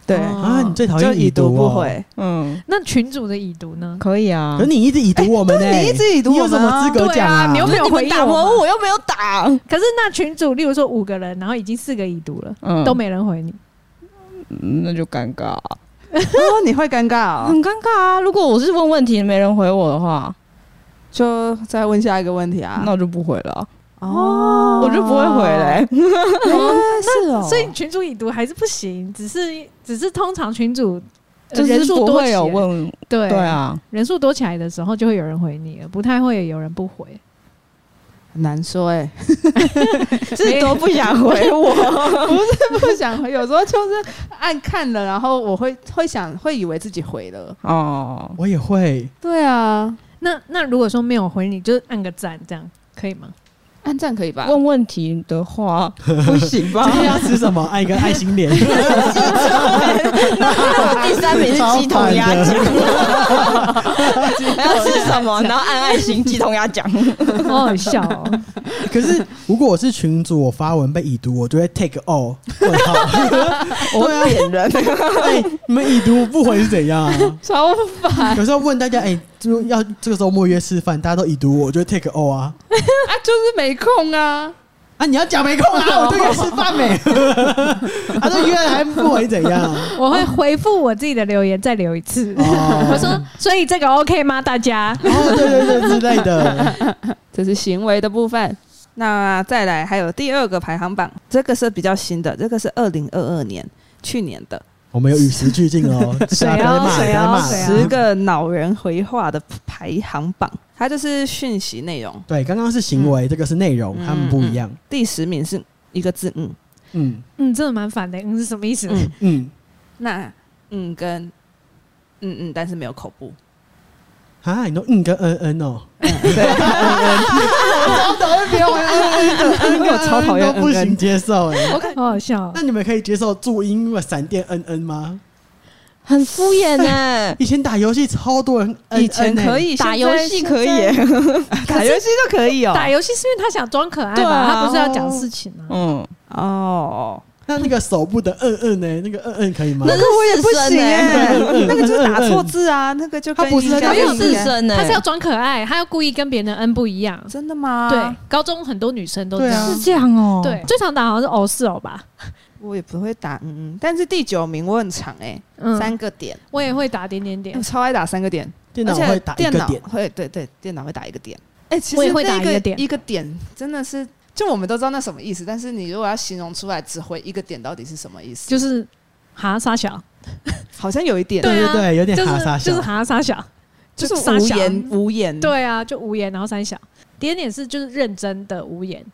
Speaker 4: 对，
Speaker 2: 哦
Speaker 3: 啊，你最讨
Speaker 1: 就
Speaker 3: 厌
Speaker 1: 已读
Speaker 3: 读
Speaker 1: 不
Speaker 3: 哦。
Speaker 1: 回，
Speaker 4: 嗯，
Speaker 2: 那群主的已读呢？
Speaker 4: 可以啊
Speaker 3: 可。是你一直已读我们呢，
Speaker 1: 你一直已读
Speaker 3: 你
Speaker 1: 我
Speaker 3: 有什
Speaker 1: 们
Speaker 3: 么
Speaker 1: 啊
Speaker 3: 资格讲
Speaker 2: 对啊你又
Speaker 4: 可
Speaker 2: 没
Speaker 4: 是
Speaker 2: 有
Speaker 4: 你
Speaker 2: 回
Speaker 4: 们
Speaker 2: 应
Speaker 4: 打
Speaker 2: 我
Speaker 4: 我，
Speaker 2: 们
Speaker 4: 我又没有打。
Speaker 2: 可是那群主，例如说五个人，然后已经四个已读了，
Speaker 4: 嗯，
Speaker 2: 都没人 回你。
Speaker 4: 嗯，那就尴尬啊，
Speaker 1: 哦，你会尴尬哦。
Speaker 4: 很尴尬啊。如果我是问问题没人回我的话，
Speaker 1: 就再问下一个问题啊
Speaker 3: 嗯
Speaker 4: 那。我就不回了啊，
Speaker 1: 哦
Speaker 4: 我就不会回嘞。
Speaker 1: 哦是哦，
Speaker 2: 所以群主已读还是不行，只是只是通常群主、呃
Speaker 4: 就
Speaker 2: 人
Speaker 4: 是
Speaker 2: 数
Speaker 4: 不
Speaker 2: 多
Speaker 4: 会
Speaker 2: 起来
Speaker 4: 有，问，
Speaker 2: 对
Speaker 4: 对， 啊，
Speaker 2: 人数多起来的时候就会有人回你了，不太会有人不回。
Speaker 1: 很难说 哎，
Speaker 4: 是多不想回我。
Speaker 1: 不是不 想回，有时候就是按看了，然后我会会想会以为自己回了。
Speaker 4: 哦，
Speaker 3: 我也会，
Speaker 1: 对啊，
Speaker 2: 那那如果说没有回你，就是按个赞，这样可以吗？
Speaker 1: 按赞可以吧？
Speaker 4: 问问题的 话不行吧？
Speaker 3: 今天要吃什么？按一个爱心脸。
Speaker 4: 哦第三名是鸡同鸭讲，要吃什么？然后按爱心鸡同鸭讲，
Speaker 2: 好好笑哦！
Speaker 3: 可是如果我是群主，我发文被已读，我就会 take all 问号。
Speaker 4: 我
Speaker 1: 啊
Speaker 4: 点人。
Speaker 3: 哎，你们已读不回是怎样啊？
Speaker 1: 超烦
Speaker 3: 有时候问大家，哎，就要这个周末约吃饭，大家都已读我，我就会 take all 啊。
Speaker 1: 啊，就是没空啊。
Speaker 3: 啊，你要讲没空啊，我就约吃饭没。 啊，都约了还不回怎样？啊
Speaker 2: 我会回复我自己的留言，再留一次。
Speaker 3: 哦
Speaker 2: 我说，所以这个 OK 吗？大家
Speaker 3: 哦，对对对之类的。
Speaker 1: 这是行为的部分。那再来还有第二个排行榜，这个是比较新的，这个是二零二二年去年的
Speaker 3: 我们有与时俱进哦，
Speaker 2: 谁啊
Speaker 3: 打得满
Speaker 2: 谁啊
Speaker 3: 打得满
Speaker 2: 谁啊
Speaker 1: 十个恼人回话的排行榜，它就是讯息内容。
Speaker 3: 对，刚刚是行为，这个是内容，
Speaker 1: 嗯
Speaker 3: 他们不一样。
Speaker 1: 第十名是一个字，嗯
Speaker 3: 嗯
Speaker 2: 嗯，真的蛮烦的。嗯，是什么意思？
Speaker 1: 嗯，
Speaker 3: 嗯，
Speaker 1: 那嗯跟嗯嗯，但是没有口部，
Speaker 3: 啊，你都嗯跟嗯嗯哦，
Speaker 1: 不用
Speaker 3: 那个
Speaker 1: 超讨厌
Speaker 3: 都不行接受哎。
Speaker 2: 好好笑哦。
Speaker 3: 那你们可以接受注音或闪电嗯嗯吗？
Speaker 4: 很敷衍呢。
Speaker 3: 以前打游戏超多人嗯嗯欸，
Speaker 1: 以前可以，
Speaker 4: 打
Speaker 1: 现
Speaker 4: 游
Speaker 1: 在
Speaker 4: 戏可以，
Speaker 1: 现在
Speaker 4: 耶，
Speaker 1: 打游戏就可以哦。
Speaker 2: 打游戏是因为他想装可爱
Speaker 4: 对
Speaker 2: 嘛，
Speaker 4: 啊
Speaker 2: 他不是要讲事情啊。
Speaker 4: 嗯，
Speaker 1: 哦，
Speaker 3: 那那个手部的嗯嗯呢？那个嗯嗯可以吗？
Speaker 4: 那
Speaker 1: 我也不行哎
Speaker 4: 耶，
Speaker 1: 那个就是打错字啊，那个就跟
Speaker 3: 他不是在
Speaker 1: 应该
Speaker 4: 他
Speaker 3: 打游
Speaker 4: 是
Speaker 3: 戏
Speaker 4: 自
Speaker 1: 欸
Speaker 4: 身呢
Speaker 2: 他。是要装可爱，他要故意跟别人的恩不一样。
Speaker 1: 真的吗？
Speaker 2: 对，，高中很多女生都这样
Speaker 3: 对啊。
Speaker 4: 这样哦
Speaker 2: 对，，最常打好像是哦是哦吧，
Speaker 1: 我也不会打嗯嗯，但是第九名我很长哎、
Speaker 2: 嗯，
Speaker 1: 三个点，
Speaker 2: 我也会打点点点
Speaker 1: 我，超爱打三个点，
Speaker 3: 电
Speaker 1: 而
Speaker 3: 脑
Speaker 1: 且
Speaker 3: 会打一
Speaker 1: 电
Speaker 3: 个
Speaker 1: 脑
Speaker 3: 点，
Speaker 1: 会对对，电脑会打一个点，哎、其
Speaker 2: 我
Speaker 1: 实
Speaker 2: 也会打
Speaker 1: 那
Speaker 2: 一个点
Speaker 1: 一个点真的是，就我们都知道那什么意思，但是你如果要形容出来，只回一个点到底是什么意思，就
Speaker 2: 就是哈傻小，
Speaker 1: 好像有一点，
Speaker 2: 对
Speaker 3: 对
Speaker 2: 啊
Speaker 3: 对，有点
Speaker 2: 就是
Speaker 3: 哈撒
Speaker 2: 就是
Speaker 3: 笑。
Speaker 2: 哈傻小，
Speaker 1: 就是
Speaker 2: 就傻
Speaker 1: 无
Speaker 2: 小
Speaker 1: 言无言，，
Speaker 2: 对啊，就无言，然后三小。第二点是就是认真的无言，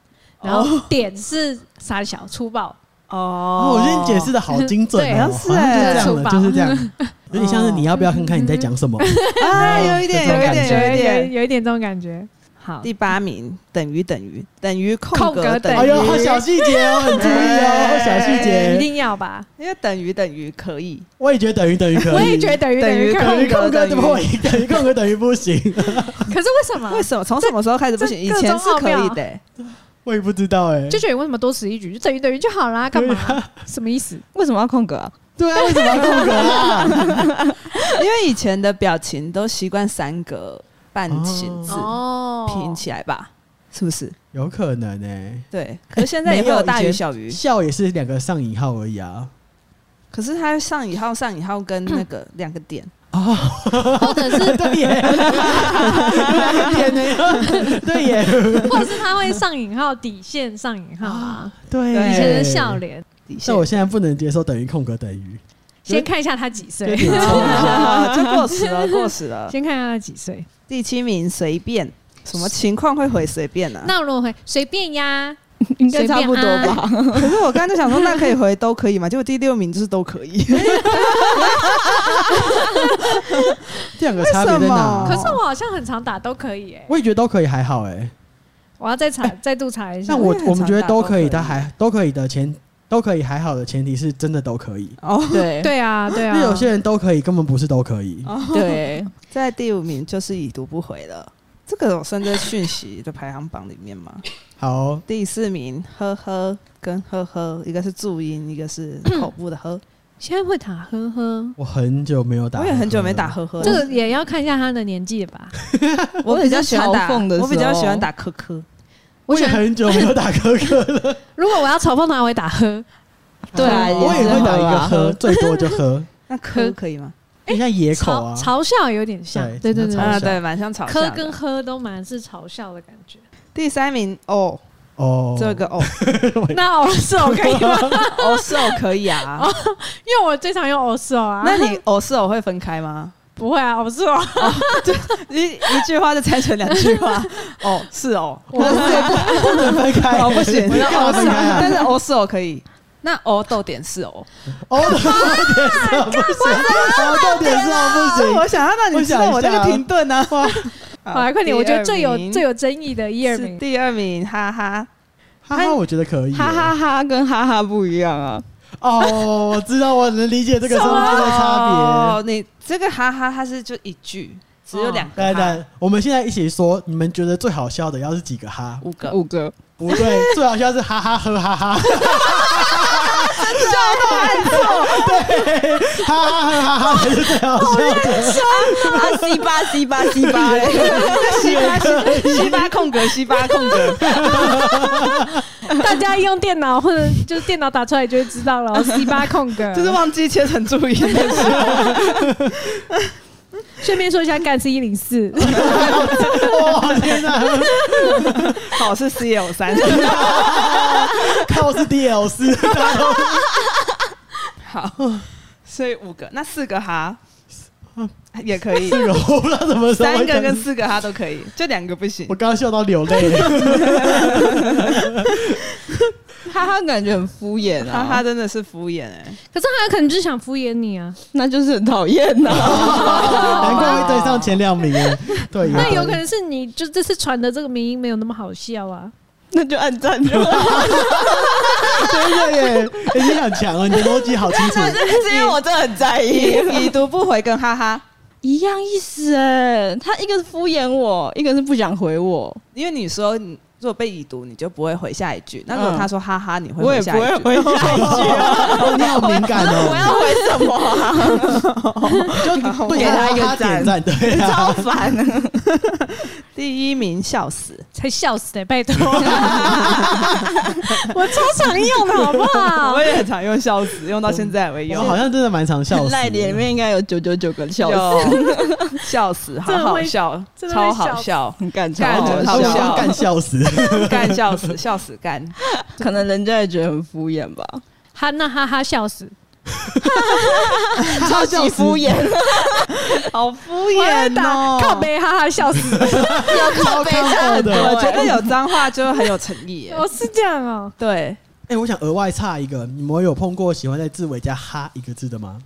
Speaker 2: 然后点是傻小粗暴，
Speaker 1: 哦
Speaker 3: 哦，我觉得你解释的好精准
Speaker 2: 对
Speaker 3: 哦，
Speaker 1: 是
Speaker 3: 好像就是这样
Speaker 2: 哎
Speaker 3: 了，就是这样， 有点像是你要不要看看你在讲什 么？
Speaker 2: 哦
Speaker 1: 啊，有一点，有一
Speaker 3: 这种感
Speaker 1: 点，有一
Speaker 2: 有
Speaker 1: 点。
Speaker 2: 有一点这种感觉。好，
Speaker 1: 第八名等于等于等于
Speaker 2: 空
Speaker 1: 空
Speaker 2: 格
Speaker 1: 格等
Speaker 2: 等于
Speaker 1: 于，
Speaker 3: 哎呦，好小细节哦，很 注意
Speaker 2: 哎
Speaker 3: 哦，小细
Speaker 2: 一
Speaker 3: 节。
Speaker 2: 定要吧？
Speaker 1: 因为等于等于可以，
Speaker 3: 我也觉得等于等于可以，
Speaker 2: 我也觉得等于
Speaker 1: 等于
Speaker 2: 空
Speaker 1: 空
Speaker 3: 等于
Speaker 1: 格
Speaker 3: 空格
Speaker 1: 等于
Speaker 3: 怎么会等于空格等于不行？
Speaker 2: 可是为什么？
Speaker 1: 为什么从什么时候开始不行？
Speaker 2: 啊这
Speaker 1: 以
Speaker 2: 这
Speaker 1: 前是可
Speaker 2: 各
Speaker 1: 以
Speaker 2: 种奥
Speaker 1: 的欸，
Speaker 3: 我也不知道 哎，
Speaker 2: 就觉得为什么多此一举，就等于等于就好啦，干嘛？
Speaker 3: 啊
Speaker 2: 什么意思？
Speaker 4: 为什么要空格啊、
Speaker 3: 对啊，为什么要空格啊？
Speaker 1: 因为以前的表情都习惯三格半形字
Speaker 2: 哦
Speaker 1: 拼起来吧，是不是？
Speaker 3: 有可能哎，
Speaker 1: 对，可是现在也会有大
Speaker 3: 没有
Speaker 1: 于
Speaker 3: 以前
Speaker 1: 小于，
Speaker 3: 笑也是两个上引号而已啊。
Speaker 1: 可是它上引号上引号跟那个两个点，
Speaker 2: 或者哦 是
Speaker 3: 对耶， 对耶，
Speaker 2: 或者是他会上引号底线上引号啊，
Speaker 3: 对
Speaker 1: 对
Speaker 2: 以前的笑。脸。
Speaker 1: 底线
Speaker 3: 但我现在不能接受等于空格等于，
Speaker 2: 先看一下他几岁
Speaker 3: 有，点冲 啊
Speaker 1: 啊，这过时 了，过时了。
Speaker 2: 先看一下他几岁。
Speaker 1: 第七名随便，什么情况会回随便呢、啊？
Speaker 2: 那我如果会随便呀，
Speaker 4: 应该差不多
Speaker 2: 随便
Speaker 4: 吧？
Speaker 1: 可是我刚才就想说，那可以回都可以嘛？结果第六名就是都可 以，
Speaker 3: 这两个差别在
Speaker 1: 哦
Speaker 3: 哪？
Speaker 2: 可是我好像很常打都可以诶、
Speaker 3: 我也觉得都可以，还好哎。
Speaker 2: 我要再查再度查一下
Speaker 3: 但。我
Speaker 1: 我也很
Speaker 3: 我们觉得
Speaker 1: 常打
Speaker 3: 都
Speaker 1: 都
Speaker 3: 可以，
Speaker 1: 可以
Speaker 3: 但还都可以的前都可以还好的前提是真的都可以，
Speaker 1: 哦，
Speaker 4: 对哦
Speaker 2: 对啊，对
Speaker 3: 因
Speaker 2: 啊，
Speaker 3: 为有些人都可以根本不是都可以。
Speaker 4: 对，
Speaker 1: 在第五名就是已读不回了。这个有算在讯息的排行榜里面 吗？
Speaker 3: 好哦，
Speaker 1: 第四名呵呵跟呵呵，一个是注音，一个是口部的呵。
Speaker 2: 现在会打呵呵，
Speaker 3: 我很久没有打，
Speaker 1: 我也很久没打。呵呵了，
Speaker 2: 这个也要看一下他的年纪吧。
Speaker 1: 我比较喜欢打，
Speaker 4: 我也是嘲讽的时候
Speaker 1: 我比较喜欢打科科。
Speaker 2: 我
Speaker 3: 我
Speaker 2: 喜
Speaker 3: 也
Speaker 2: 欢，
Speaker 3: 很久没有打哥哥了，
Speaker 2: 如果我要嘲讽他，我会打呵。
Speaker 4: 对啊，
Speaker 1: 哦
Speaker 3: 我也
Speaker 4: 是
Speaker 3: 会打一个
Speaker 4: 啊
Speaker 3: 喝，最多就喝，
Speaker 1: 那科可以吗？
Speaker 3: 你像野口
Speaker 2: 嘲
Speaker 3: 啊，
Speaker 2: 嘲笑有点像，对
Speaker 3: 对
Speaker 2: 对对对
Speaker 3: 只能嘲笑
Speaker 1: 啊，
Speaker 2: 对，
Speaker 1: 对，蛮像吵
Speaker 2: 呵
Speaker 1: 架
Speaker 2: 跟
Speaker 1: 的。
Speaker 2: 呵都蛮是嘲笑的感觉。
Speaker 1: 第三名哦，
Speaker 3: 哦，
Speaker 1: 这个哦，
Speaker 2: 那偶是偶可以吗？
Speaker 1: 哦是哦可以啊。
Speaker 2: 因为我最常用偶是偶啊。
Speaker 1: 那你哦是哦会分开 吗？
Speaker 2: 不会啊，偶是偶，
Speaker 1: 一一句话就拆成两句话。 哦是哦，
Speaker 3: 不能不能 分开，
Speaker 1: 哦不行，
Speaker 3: 我
Speaker 1: 那
Speaker 3: 干
Speaker 1: 哦
Speaker 3: 嘛
Speaker 1: 是
Speaker 3: 分
Speaker 1: 哦
Speaker 3: 开啊
Speaker 1: 但是哦是哦可以。那哦逗点是哦，
Speaker 3: 哦，我点是哦不行，哦，到点是哦不
Speaker 1: 这
Speaker 3: 行，
Speaker 1: 啊我想要让你知道我那个停顿 呢。哇，
Speaker 2: 好来快点！我觉得最有
Speaker 1: 第二名
Speaker 2: 最有争议的一二
Speaker 1: 是
Speaker 2: 名，
Speaker 1: 第二名，哈哈。
Speaker 3: 哈哈，我觉得可以，
Speaker 4: 哈哈哈跟哈哈不一样啊！
Speaker 3: 哦，我知道，我能理解这个身份的差
Speaker 1: 哦，你这个哈哈，它是就一句，只有两
Speaker 3: 别。来
Speaker 1: 个哈，
Speaker 3: 来，我们现在一起说，你们觉得最好笑的要是几个哈？
Speaker 1: 五个。
Speaker 4: 五个，
Speaker 3: 不对，最好笑是哈哈呵哈哈，笑对，哈哈呵哈哈才是最好笑的。
Speaker 4: 啊西巴西巴西巴，
Speaker 1: 西巴西西巴空格西巴空格，
Speaker 2: 大家用电脑或者就是电脑打出来就会知道 了。C 哦八空格，
Speaker 1: 就是忘记切成注音的时候。
Speaker 2: 顺便说一下，干是一零 四，
Speaker 3: 哇天哪，
Speaker 1: 好是 C L 三。
Speaker 3: 看我是 DLC，
Speaker 1: 好，所以五个，那四个哈嗯也可 以，
Speaker 3: 这个我不知道怎么说。
Speaker 1: 三个跟四个哈都可以，就两个不行
Speaker 3: 我。刚刚笑到流泪了。
Speaker 4: 哈哈感觉很敷衍啊，
Speaker 1: 哈哈，真的是敷衍哎，
Speaker 2: 可是他可能就是想敷衍你啊。
Speaker 4: 那就是很讨厌啊呐。
Speaker 3: 难怪会对上前两名耶。对，
Speaker 2: 那有可能是你就这次传的这个名音没有那么好笑啊。
Speaker 4: 那就按赞就好。
Speaker 3: 真的耶，欸你很强哦，你的逻辑好清楚。
Speaker 4: 是因为我真的很在意，
Speaker 1: 已读不回跟哈哈，
Speaker 4: 一样意思哎。他一个是敷衍我，一个是不想回我，
Speaker 1: 因为你说你如果被已读，你就不会回下一句。那如果他说哈哈，你会
Speaker 4: 我也
Speaker 1: 回
Speaker 4: 不
Speaker 1: 下一
Speaker 4: 会
Speaker 1: 句。
Speaker 4: 回下一 句啊。
Speaker 3: 哦你好敏感
Speaker 4: 我
Speaker 3: 哦，
Speaker 4: 要回什么啊？
Speaker 3: 就对
Speaker 4: 给他一个
Speaker 3: 点赞，对啊，
Speaker 4: 超烦。
Speaker 1: 第一名笑死，
Speaker 2: 才笑死哎、拜托， 我超常用的好不好
Speaker 1: 我？也很常用笑死，用到现在也会
Speaker 3: 我好
Speaker 1: 用，
Speaker 3: 像真的蛮常笑死哦的。
Speaker 4: 赖脸里面应该有九九九个笑死，
Speaker 1: 有笑死， 好
Speaker 2: 真的
Speaker 1: 好
Speaker 2: 会
Speaker 1: 笑，
Speaker 2: 真的会
Speaker 1: 超好笑，
Speaker 4: 很感
Speaker 3: 干
Speaker 4: 超好
Speaker 1: 好
Speaker 4: 笑，
Speaker 1: 笑
Speaker 3: 干笑 死。
Speaker 1: 干笑死，笑死干，
Speaker 4: 可能人家也觉得很敷衍吧，
Speaker 2: 哈那哈哈笑死，
Speaker 4: 超级敷衍，
Speaker 1: 好敷
Speaker 2: 我要
Speaker 1: 衍
Speaker 2: 打
Speaker 1: 哦，
Speaker 2: 靠背哈哈笑死，
Speaker 4: 要靠背他
Speaker 3: 哦
Speaker 4: 很多
Speaker 1: 我觉
Speaker 4: 欸，
Speaker 1: 得有脏话就很有诚意 耶，
Speaker 2: 哦是这样哦、
Speaker 1: 对
Speaker 3: 哎、我想额外插一个，你们有碰过喜欢在字尾加“哈”一个字的吗？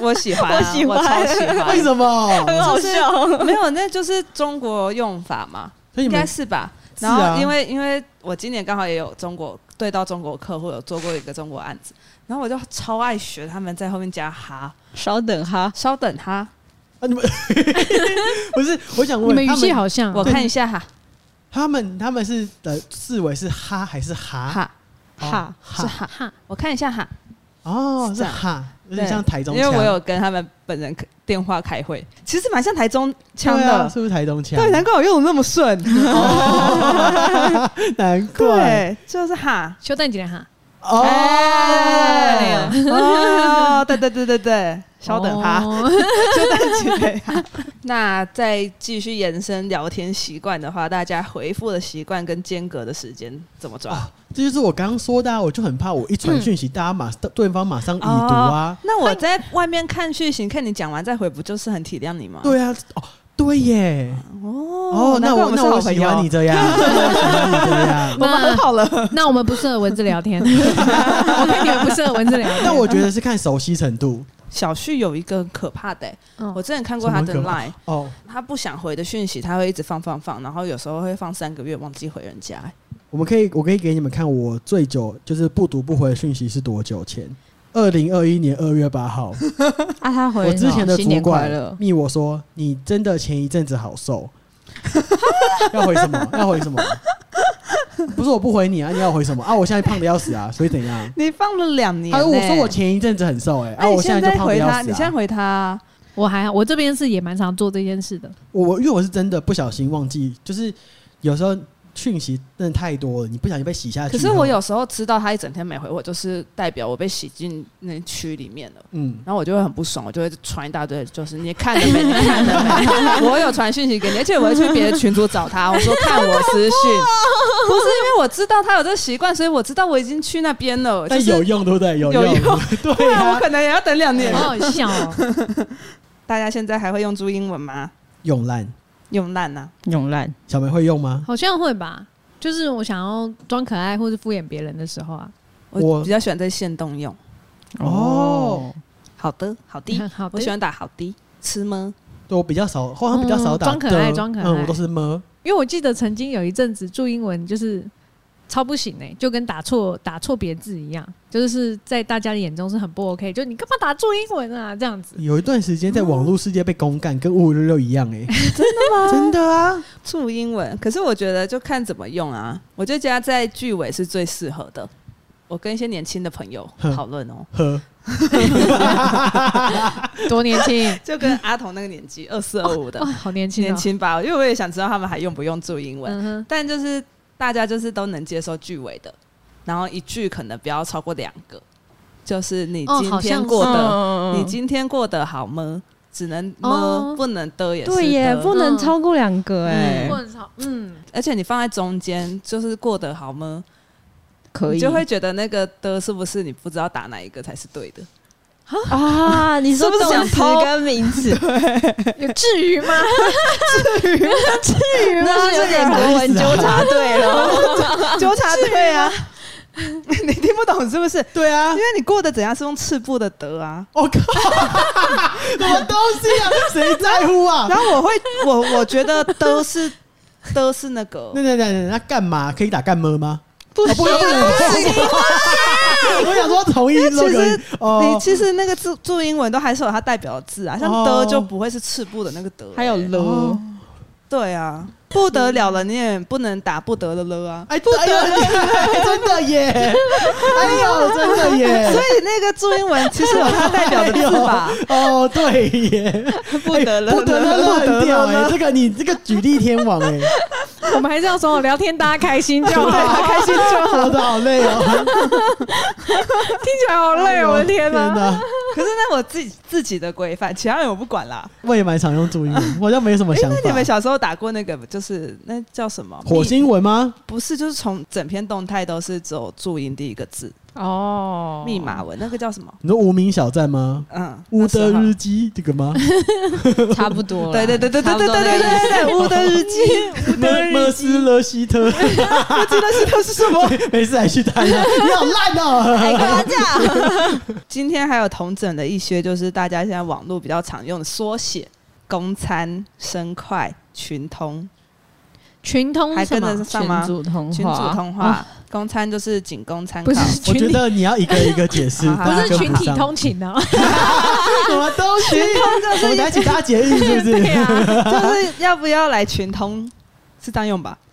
Speaker 1: 我喜欢啊，
Speaker 4: 我喜欢
Speaker 1: 我超喜
Speaker 4: 哎
Speaker 1: 欢，
Speaker 3: 为什 么？
Speaker 4: 很好笑。
Speaker 1: 没有，那就是中国用法嘛，
Speaker 3: 所以
Speaker 1: 应
Speaker 3: 你
Speaker 1: 该
Speaker 3: 们
Speaker 1: 是吧？
Speaker 3: 是
Speaker 1: 然
Speaker 3: 啊
Speaker 1: 后因为、因为我今年刚好也有中国对到中国客户有做过一个中国案子，然后我就超爱学他们在后面加哈，
Speaker 4: 稍等哈，
Speaker 1: 稍等哈，
Speaker 3: 啊，你们 不是？我想
Speaker 2: 你
Speaker 3: 问
Speaker 2: 们语
Speaker 3: 他
Speaker 2: 气
Speaker 3: 们，
Speaker 2: 好像
Speaker 1: 我
Speaker 2: 哦、
Speaker 1: 看一下哈
Speaker 3: 他们他们是呃，字尾是“哈”还是“哈
Speaker 1: 哈
Speaker 3: 哦
Speaker 1: 嗯哈
Speaker 3: 哈
Speaker 1: 是哈，
Speaker 2: 哈，
Speaker 1: 我看一下哈，”？
Speaker 3: 哦，
Speaker 1: 是
Speaker 3: 是
Speaker 1: 这
Speaker 3: “
Speaker 1: 样
Speaker 3: 哈”，有
Speaker 1: 对
Speaker 3: 点像台中
Speaker 1: 因为
Speaker 3: 腔。
Speaker 1: 我有跟他们本人电话开会，其实蛮像台中腔
Speaker 3: 对啊
Speaker 1: 的，
Speaker 3: 是不是台中腔？
Speaker 1: 对，难怪我用的那么 顺，
Speaker 3: 难
Speaker 1: 哦
Speaker 3: 怪
Speaker 1: 对，就是哈。
Speaker 2: 修蛋几点哈？
Speaker 3: 哦。
Speaker 1: 哎，哦，对对对对对，稍等哈。
Speaker 2: 哦
Speaker 1: 就在几类啊 那再继续延伸聊天习惯的话，大家回复的习惯跟间隔的时间怎么抓？
Speaker 3: 啊，这就是我刚刚说的、啊，我就很怕我一传讯息，大家马对方马上已读
Speaker 1: 哦
Speaker 3: 啊。
Speaker 1: 那我在外面看剧情，看你讲完再回，不就是很体谅你吗？
Speaker 3: 对啊，哦，对耶，
Speaker 1: 哦
Speaker 3: 哦，那
Speaker 1: 难怪
Speaker 3: 我
Speaker 1: 们是
Speaker 3: 那
Speaker 1: 好
Speaker 3: 我
Speaker 1: 朋
Speaker 3: 喜
Speaker 1: 友
Speaker 3: 欢你， 这样，那我喜欢你这样。
Speaker 1: 我们很好了。
Speaker 2: 那我们不适合文字 聊天，我看你们不适合文字聊天。
Speaker 3: 但我觉得是看熟悉程度
Speaker 1: 小旭有一个很可怕的欸、
Speaker 2: 嗯
Speaker 1: 我之前看过他的
Speaker 3: 什么可
Speaker 1: line，
Speaker 3: 哦。
Speaker 1: 他不想回的讯息，他会一直放放放，然后有时候会放三个月忘记回人家欸、
Speaker 3: 我们可以，我可以给你们看我最久就是不读不回的讯息是多久前？二零二一年二月 八号，
Speaker 4: 啊，他回
Speaker 3: 我之
Speaker 1: 哦
Speaker 3: 前的
Speaker 4: 新
Speaker 3: 主
Speaker 4: 年快
Speaker 3: 管
Speaker 4: 乐，
Speaker 3: 密我说：“你真的前一阵子好瘦。” 要回什么？要回什么？ 不是我不回你啊，你要我回什么啊？我现在胖的要死啊，所以怎样？
Speaker 1: 你放了两年、
Speaker 3: 他
Speaker 1: 欸，
Speaker 3: 说：“我说我前一阵子很瘦、欸，哎，
Speaker 1: 那
Speaker 3: 啊，
Speaker 1: 你
Speaker 3: 我现在就胖的
Speaker 1: 回
Speaker 3: 要
Speaker 1: 他，
Speaker 3: 死
Speaker 1: 你现在
Speaker 3: 啊。
Speaker 1: 回他啊、
Speaker 2: 我还好，我这边是也蛮常做这件 事的。
Speaker 3: 我”我因为我是真的不小心忘记，就是有时候讯息真的太多了，你不小心被洗下去。
Speaker 1: 可是我，有时候知道他一整天没回我，就是代表我被洗进那区里面了。
Speaker 3: 嗯，
Speaker 1: 然后我就会很不爽，我就会传一大堆，就是你看了没？你看了 没？我有传讯息给你，而且我会去别的群组找他，我说看我私讯， 不是因为我知道他有这个习惯，所以我知道我已经去那边了，就
Speaker 3: 但
Speaker 1: 是
Speaker 3: 有用对不对？有
Speaker 1: 有用，不
Speaker 3: 对
Speaker 1: 然我
Speaker 3: 啊，
Speaker 1: 可能也要等两年。
Speaker 3: 嗯
Speaker 2: 好好笑哦！
Speaker 1: 大家现在还会用注英文吗？
Speaker 3: 用烂。
Speaker 1: 用烂啊呐、
Speaker 4: 永烂
Speaker 3: 小梅会用吗？
Speaker 2: 好像会吧，就是我想要装可爱或是敷衍别人的时候啊。
Speaker 1: 我
Speaker 3: 我
Speaker 1: 比较喜欢在线动用。
Speaker 3: 哦，
Speaker 1: 好的，好 的，
Speaker 2: 好的
Speaker 1: 我喜欢打好的，吃吗？
Speaker 3: 对我比较少，好像比较少打
Speaker 2: 嗯装可爱
Speaker 3: 的
Speaker 2: 装可爱
Speaker 3: 嗯，我都是么。
Speaker 2: 因为我记得曾经有一阵子注英文就是超不行哎、就跟打错打错别字一样，就是在大家的眼中是很不 OK，就你干嘛打注英文啊这样子。
Speaker 3: 有一段时间在网络世界被公干，跟五五六六一样哎、真的啊，
Speaker 1: 注英文，可是我觉得就看怎么用啊。我就加在句尾是最适合的。我跟一些年轻的朋友
Speaker 3: 哼
Speaker 1: 讨论哦，
Speaker 3: 呵，
Speaker 2: 多年轻
Speaker 1: 就跟阿童那个年 纪，二四二五的
Speaker 2: 哇，好年哦轻、哦，
Speaker 1: 年轻吧，因为我也想知道他们还用不用注英文。
Speaker 2: 嗯哼，
Speaker 1: 但就是大家就是都能接受句尾的，然后一句可能不要超过两个，就是你
Speaker 2: 哦
Speaker 1: 今
Speaker 2: 好像
Speaker 1: 天
Speaker 2: 是嗯
Speaker 1: 过的，
Speaker 4: 的
Speaker 1: 你今天过得好吗？只能么、
Speaker 2: 哦
Speaker 1: 不能的也是
Speaker 4: 对耶，
Speaker 1: 的
Speaker 4: 不能超过两个哎
Speaker 1: 嗯，
Speaker 2: 混潮，嗯，
Speaker 1: 而且你放在中间就是过得好吗？
Speaker 4: 可以
Speaker 1: 你就会觉得那个的是不是你不知道打哪一个才是对的？
Speaker 4: 啊，你说
Speaker 1: 是不是
Speaker 4: 动
Speaker 1: 想
Speaker 4: 词
Speaker 1: 偷
Speaker 4: 跟名词，
Speaker 2: 有至于 吗？
Speaker 4: 那是有点国文纠察队了，
Speaker 1: 纠察队啊，你听不懂是不是？因
Speaker 3: 对啊
Speaker 1: 为，你过得怎样是用赤布的得啊。
Speaker 3: 我、靠， 什么东西啊？谁在乎啊？
Speaker 1: 然后我会，我我觉得的是的是那 个
Speaker 3: 那那那那那干嘛？可以打干么吗？
Speaker 1: 不
Speaker 3: 哦不能不能我想说同意
Speaker 1: 因为其
Speaker 3: logo
Speaker 1: 实你
Speaker 3: 哦，
Speaker 1: 其实那个注注英文都还是有它代表的字啊，像的
Speaker 3: 哦
Speaker 1: 就不会是赤布的那个的、
Speaker 4: 还有了
Speaker 3: 哦，
Speaker 1: 对啊，不得了了，你也不能打不得了了啊。
Speaker 3: 哎，不得了，真的耶！哎呦，真的
Speaker 1: 所
Speaker 3: 耶！
Speaker 1: 以那个注英文其实有它代表的字吧？
Speaker 3: 哦，对耶，
Speaker 1: 不得了
Speaker 3: 哎不得了，
Speaker 1: 不得
Speaker 3: 乱
Speaker 1: 了
Speaker 3: 掉哎！这个你这个举例天王哎，
Speaker 2: 我们还是要从聊天，大家开心就 好。啊
Speaker 3: 开心就活得好累哦，
Speaker 2: 听起来好累，哦我的天啊
Speaker 3: 天啊
Speaker 2: 哪！
Speaker 3: 哪，
Speaker 1: 可是那我自己自己的规范，其他人我不管啦。
Speaker 3: 我也蛮常用注音文，我好像没什么
Speaker 1: 哎、
Speaker 3: 想
Speaker 1: 那你们
Speaker 3: 法。
Speaker 1: 小时候打过那个就是那叫什么？
Speaker 3: 火星文吗？
Speaker 1: 不是，就是从整篇动态都是只有注音第一个字，
Speaker 2: 哦，
Speaker 1: 密码文那个叫什么？
Speaker 3: 你说无名小站吗？
Speaker 1: 嗯，
Speaker 3: 乌
Speaker 1: 那时候
Speaker 3: 的日记这个吗？
Speaker 4: 差不多啦。
Speaker 1: 对对对对对
Speaker 4: 差不
Speaker 1: 对对
Speaker 4: 多那个
Speaker 1: 对
Speaker 4: 意思
Speaker 1: 对对，乌的日记，乌的
Speaker 3: 勒勒
Speaker 1: 日
Speaker 3: 斯
Speaker 1: 记，
Speaker 3: 勒希特，
Speaker 1: 我记得是都是什么？
Speaker 3: 每次还去他家，你好烂 哦！
Speaker 4: 哎，干嘛这样？
Speaker 1: 今天还有同整的一些，就是大家现在网络比较常用的缩写，公餐、生快、群通、
Speaker 2: 群通
Speaker 1: 还
Speaker 2: 什
Speaker 1: 跟
Speaker 2: 么
Speaker 1: 得上吗
Speaker 4: 群？主通话，
Speaker 1: 群主通话，公餐嗯就是仅供参考
Speaker 2: 不。 是
Speaker 3: 我
Speaker 2: 群
Speaker 3: 觉
Speaker 2: 体，
Speaker 3: 得你要一个一个解释，
Speaker 1: 好好
Speaker 2: 不
Speaker 1: 好
Speaker 3: 大家
Speaker 2: 是
Speaker 3: 跟
Speaker 2: 群
Speaker 3: 不
Speaker 2: 体
Speaker 3: 上
Speaker 2: 通勤 啊！
Speaker 3: 什么东西？我们来请大家解释是不
Speaker 2: 对啊
Speaker 3: 是？
Speaker 2: 呀，
Speaker 1: 就是要不要来群通，是这样用 吧？啊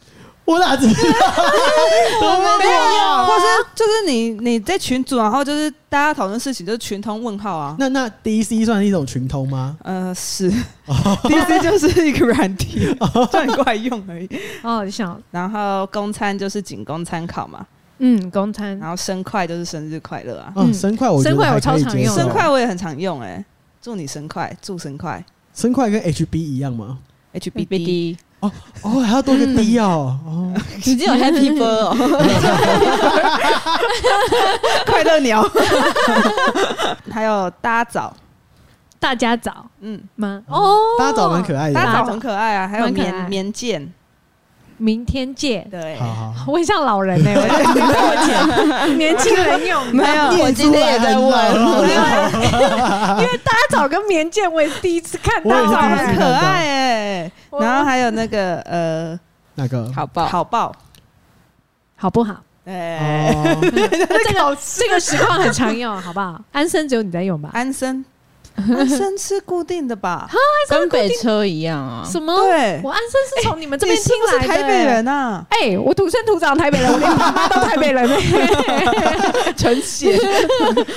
Speaker 3: 我哪知道？我没有
Speaker 1: 或是就是你你在群组，然后就是大家讨论事情，就是群通问号啊。
Speaker 3: 那那 DC 算是一种群通吗？
Speaker 1: 呃，是 ，DC 就是一个软体， 就很怪用而已。
Speaker 2: 好好笑。
Speaker 1: 然后公餐就是仅供参考嘛，
Speaker 2: 嗯，公餐
Speaker 1: 然后生快就是生日快乐啊，
Speaker 3: 嗯，
Speaker 2: 嗯
Speaker 3: 生快我觉
Speaker 2: 生
Speaker 3: 得
Speaker 2: 快我
Speaker 3: 还可以
Speaker 2: 超常
Speaker 3: 接受
Speaker 2: 用的
Speaker 1: 生快我也很常用哎、祝你生快，祝生快
Speaker 3: 生快跟 HB 一样吗？
Speaker 4: B B
Speaker 1: ，HBD，
Speaker 4: D，
Speaker 3: 哦，还要多个 D 哦。哦，
Speaker 4: 直 接有 Happy Bird 哦。
Speaker 1: 快乐鸟， 还有大早，
Speaker 2: 大家早
Speaker 1: 嗯，
Speaker 2: 吗？哦，
Speaker 3: 大家早蛮可爱
Speaker 1: 大
Speaker 3: 的。
Speaker 1: 早很可爱啊，还有
Speaker 2: 蛮可爱
Speaker 1: 棉棉剑，
Speaker 2: 明天见。
Speaker 1: 对，
Speaker 3: 好好，
Speaker 2: 我也像老人 呢，我年轻人用的
Speaker 1: 没 有
Speaker 3: 念
Speaker 4: 我今天也在
Speaker 3: 出来很
Speaker 4: 问
Speaker 3: 好
Speaker 2: 没有，因为大枣跟棉剑我也是第一次看
Speaker 3: 我也
Speaker 2: 大
Speaker 3: 是
Speaker 2: 枣
Speaker 3: 第一次
Speaker 1: 很
Speaker 2: 欸，
Speaker 1: 可爱 哎、
Speaker 2: 我
Speaker 1: 然后还有那个呃，
Speaker 3: 那个
Speaker 4: 好吧，
Speaker 1: 好报，
Speaker 2: 好不 好？
Speaker 1: 哎、
Speaker 3: 哦，
Speaker 2: 这个这个实况很常用，好不好？安生只有你在用吧？
Speaker 1: 安 生，安生是固定的吧？
Speaker 4: 跟北车一样啊。
Speaker 2: 什么？
Speaker 1: 对
Speaker 2: 我安生是从你们这
Speaker 1: 你
Speaker 2: 边
Speaker 1: 是
Speaker 2: 听
Speaker 1: 不是
Speaker 2: 来的欸
Speaker 1: 台北。人 啊？
Speaker 2: 哎、我土生土长台北人，我连爸妈都台北人、
Speaker 1: 陈显，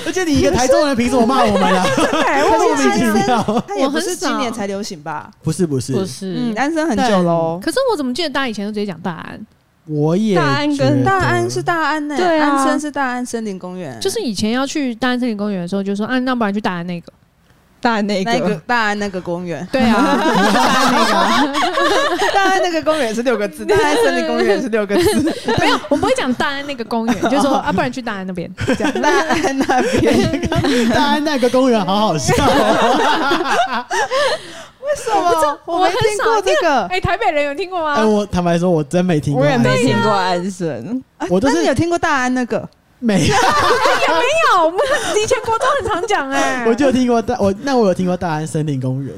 Speaker 3: 而且你一个台中人凭什么骂我们啊？
Speaker 1: 对，
Speaker 3: 莫
Speaker 1: 我
Speaker 3: 名其妙。
Speaker 1: 他也不
Speaker 4: 我
Speaker 1: 是
Speaker 4: 很少
Speaker 1: 今年才流行吧？
Speaker 3: 不是不是
Speaker 4: 不，
Speaker 1: 嗯，
Speaker 4: 是，
Speaker 1: 安生很久哦喽。
Speaker 2: 可是我怎么记得大家以前都直接讲大安，
Speaker 3: 我也
Speaker 4: 大安跟
Speaker 3: 觉得
Speaker 1: 大安 是大安呢、
Speaker 2: 对啊
Speaker 1: 安生是大安森林公园，
Speaker 2: 就是以前要去大安森林公园的时候，就说啊，那不然去大安那个。
Speaker 4: 大那
Speaker 1: 那个大安那个公园，
Speaker 2: 对啊，
Speaker 1: 大安那个公园是六个 字，大安森林公园是六个字，
Speaker 2: 没有， 我不会讲大安那个公园，就说啊，不然去大安那边。
Speaker 1: 讲大安那边。
Speaker 3: 大安那个公园，好好笑哦。
Speaker 1: 为什么？我没
Speaker 2: 很
Speaker 1: 听
Speaker 2: 少
Speaker 1: 过这个
Speaker 2: 哎、。台北人有听过吗？
Speaker 3: 哎，我坦白说，我真没听过
Speaker 4: 我也
Speaker 3: 安生，
Speaker 4: 没听过安生，
Speaker 1: 啊
Speaker 3: 我都是
Speaker 1: 但是有听过大安那个，
Speaker 3: 没有，
Speaker 2: 哎没有，我们以前国中很常讲哎、
Speaker 3: 我就听过大我那 我有听过大安森林公园，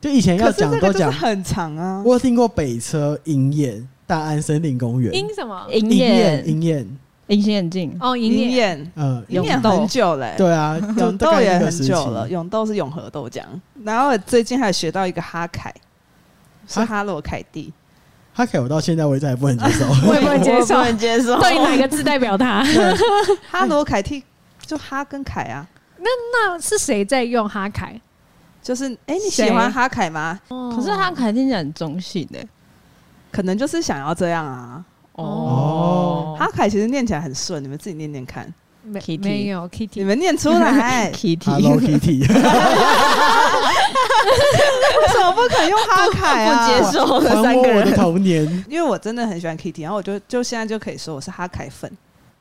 Speaker 3: 就以前要
Speaker 1: 可是
Speaker 3: 讲
Speaker 1: 这
Speaker 3: 都
Speaker 1: 个就是
Speaker 3: 讲，
Speaker 1: 很长啊。
Speaker 3: 我有听过北车银眼大安森林公园，
Speaker 2: 因什么？
Speaker 4: 银
Speaker 3: 银
Speaker 4: 眼
Speaker 3: 眼银眼，
Speaker 4: 隐形眼镜，
Speaker 2: 哦，银
Speaker 1: 银
Speaker 2: 眼。
Speaker 1: 眼，
Speaker 3: 呃，
Speaker 1: 银眼
Speaker 4: 永豆
Speaker 1: 很久嘞、
Speaker 3: 对啊，就
Speaker 1: 永
Speaker 3: 大
Speaker 1: 豆
Speaker 3: 概
Speaker 1: 也
Speaker 3: 那个
Speaker 1: 很
Speaker 3: 时期
Speaker 1: 久了，。永豆是永和豆浆。然后我最近还学到一个哈凯，是
Speaker 3: 哈
Speaker 1: 哈罗凯蒂，
Speaker 3: 他给我到现在为止还不能接受，
Speaker 2: 我也不能接受
Speaker 4: 我也不能接 受。
Speaker 2: 到底 哪个哎字代表他？
Speaker 1: 哈罗凯蒂就哈跟凯啊，
Speaker 2: 那是谁在用哈凯？
Speaker 1: 就是哎、你
Speaker 2: 谁
Speaker 1: 喜欢哈凯吗？
Speaker 2: 可
Speaker 4: 哦可是他肯定是很中性的哦
Speaker 1: 可能就是想要这样啊。
Speaker 3: 哦
Speaker 1: 哈凯其实念起来很顺，你们自己念念看，
Speaker 2: 没
Speaker 4: Kitty。
Speaker 2: 没有
Speaker 1: 你
Speaker 2: Kitty，
Speaker 1: 们念出来
Speaker 4: Kitty，
Speaker 3: Hello Kitty，
Speaker 1: 为什么不肯用哈凯啊？
Speaker 4: 不接受 的
Speaker 3: 还
Speaker 4: 三
Speaker 3: 我
Speaker 4: 个
Speaker 3: 我的
Speaker 4: 人，
Speaker 3: 童年。
Speaker 1: 因为我真的很喜欢 Kitty，然后我就就现在就可以说我是哈凯粉，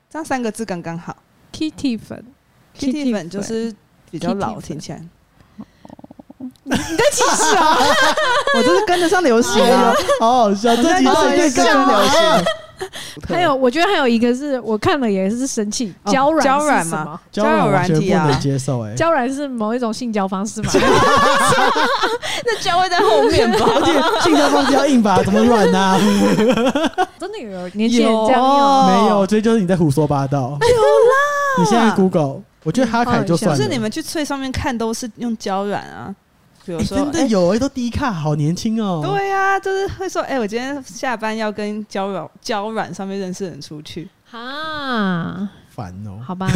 Speaker 1: 这样三个字刚刚好。
Speaker 2: Kitty 粉，
Speaker 4: Kitty
Speaker 1: Kitty 粉就是比较
Speaker 4: Kitty
Speaker 1: 老，
Speaker 4: 粉
Speaker 1: 听起来。
Speaker 2: 你在气什么？
Speaker 1: 我就是跟得上流行
Speaker 3: 哎
Speaker 1: 啊
Speaker 3: 呦，好好笑！这集到底在
Speaker 1: 跟得上
Speaker 3: 干嘛
Speaker 1: 流行。
Speaker 2: 还有，我觉得还有一个是我看了也是生气，
Speaker 1: 哦
Speaker 2: 娇软
Speaker 1: 娇软
Speaker 2: 是
Speaker 1: 吗
Speaker 2: 什么？
Speaker 3: 交友完全
Speaker 1: 交友软体
Speaker 3: 不
Speaker 1: 啊
Speaker 3: 能接受哎，
Speaker 2: 娇软是某一种性交 方式吗？
Speaker 4: 那教会在后面吧。
Speaker 3: 而且性交方式要硬吧，怎么软啊呢？
Speaker 2: 真的有年轻人这样用？
Speaker 1: 哦啊
Speaker 3: 没有，这就是你在胡说八道。你现在 Google，我觉得哈凯就
Speaker 1: 可
Speaker 3: 算了。哎
Speaker 1: 是你们去翠上面看都是用胶软啊，比如
Speaker 3: 哎
Speaker 1: 说、
Speaker 3: 真的
Speaker 1: 哎
Speaker 3: 有哎，都低卡，好年轻哦。
Speaker 1: 对啊，就是会说，哎、我今天下班要跟胶软胶软上面认识的人出去，
Speaker 2: 哈，
Speaker 3: 烦哦。
Speaker 2: 好吧，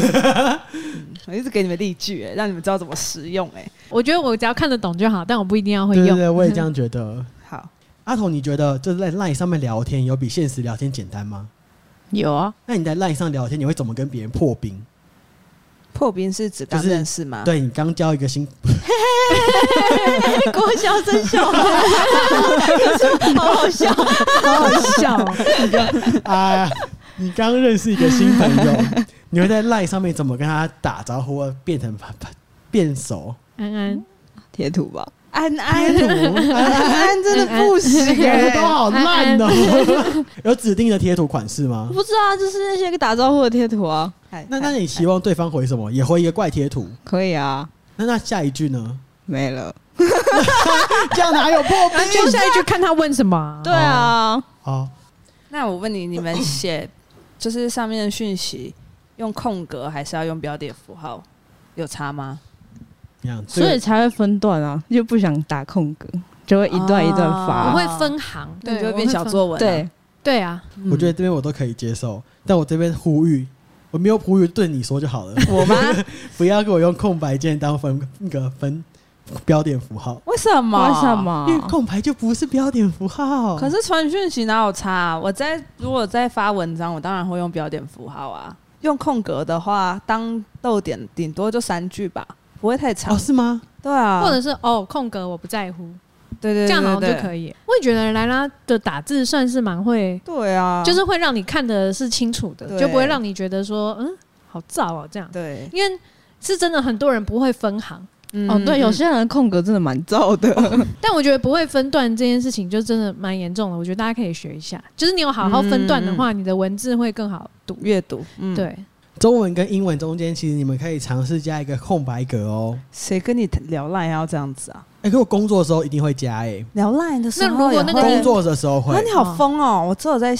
Speaker 1: 我一直给你们例句、哎，让你们知道怎么使用、哎，
Speaker 2: 我觉得我只要看得懂就好，但我不一定要会
Speaker 3: 对对
Speaker 2: 用。
Speaker 3: 对，我也这样觉得。
Speaker 1: 好，
Speaker 3: 阿童，你觉得就是在 LINE 上面聊天有比现实聊天简单吗？
Speaker 4: 有啊，
Speaker 3: 那你在 LINE 上聊天，你会怎么跟别人破冰？
Speaker 1: 破冰是指刚
Speaker 3: 就是
Speaker 1: 认识吗？
Speaker 3: 对你刚交一个新，
Speaker 4: 郭笑真 笑，好好笑，
Speaker 2: 好好 笑哦，
Speaker 3: 啊，你刚认识一个新朋友，你会在 LINE 上面怎么跟他打招呼，或变成变熟？
Speaker 2: 安
Speaker 1: 嗯
Speaker 2: 安
Speaker 4: 贴图吧。
Speaker 1: 安
Speaker 3: 贴
Speaker 1: 安
Speaker 3: 图，
Speaker 1: 安安
Speaker 3: 哎
Speaker 1: 真的不行
Speaker 3: 贴
Speaker 1: 哎、
Speaker 3: 图都好烂哦。有指定的贴图款式吗？
Speaker 4: 不知道，就是那些打招呼的贴图啊，
Speaker 1: 嗨
Speaker 3: 那那你希望对方回什么？也回一个怪贴图？
Speaker 4: 可以啊，
Speaker 3: 那那下一句呢？
Speaker 4: 没了。
Speaker 3: 这样哪有破冰？
Speaker 2: 那就下一句看他问什么啊。
Speaker 4: 对啊，
Speaker 3: 哦，
Speaker 1: 那我问你，你 们写就是上面的讯息用空格还是要用标点符号，有差吗？
Speaker 3: 这样，这
Speaker 4: 所
Speaker 3: 个
Speaker 4: 以才会分段啊，就不想打空格，就会一段一段
Speaker 2: 我
Speaker 4: 发。
Speaker 2: 会分行，对，
Speaker 1: 就会
Speaker 2: 我
Speaker 1: 变小
Speaker 2: 分
Speaker 1: 作文、
Speaker 4: 对，，
Speaker 2: 对啊，
Speaker 1: 嗯
Speaker 3: 我觉得这边我都可以接受，但我这边呼吁，我没有呼吁对你说就好了，
Speaker 2: 嗯
Speaker 4: 我吗？
Speaker 3: 不要给我用空白键当分那个分标点符号，
Speaker 1: 为什么？
Speaker 4: 啊为什？
Speaker 3: 因为
Speaker 4: 么？
Speaker 3: 空白就不是标点符号。
Speaker 1: 可是传讯息哪有差、啊？我在如果在发文章，我当然会用标点符号啊。用空格的话，当逗点顶多就三句吧，不会太长。
Speaker 3: 哦，是吗？
Speaker 1: 对啊，
Speaker 2: 或者是哦空格我不在乎，
Speaker 1: 对对对
Speaker 2: 这样好像
Speaker 1: 对
Speaker 2: 就可以。我也觉得莱拉的打字算是蛮会，
Speaker 1: 对啊，
Speaker 2: 就是会让你看的是清楚的，
Speaker 1: 对
Speaker 2: 就不会让你觉得说嗯好燥哦这样，
Speaker 1: 对。
Speaker 2: 因为。是真的，很多人不会分行，
Speaker 1: 嗯
Speaker 4: 哦，对，有些人的空格真的蛮燥的。
Speaker 2: 但我觉得不会分段这件事情就真的蛮严重的。我觉得大家可以学一下，就是你有好好分段的话，你的文字会更好读。
Speaker 1: 阅读，嗯，，
Speaker 2: 对，
Speaker 3: 中文跟英文中间，其实你们可以尝试加一个空白格哦。
Speaker 1: 谁跟你聊赖要这样子啊？
Speaker 3: 哎、可我工作的时候一定会加哎、
Speaker 1: 聊赖的时候也
Speaker 2: 那
Speaker 1: 会，
Speaker 2: 如果那个人
Speaker 3: 工作的时候会
Speaker 1: 那。你好疯哦！我只有在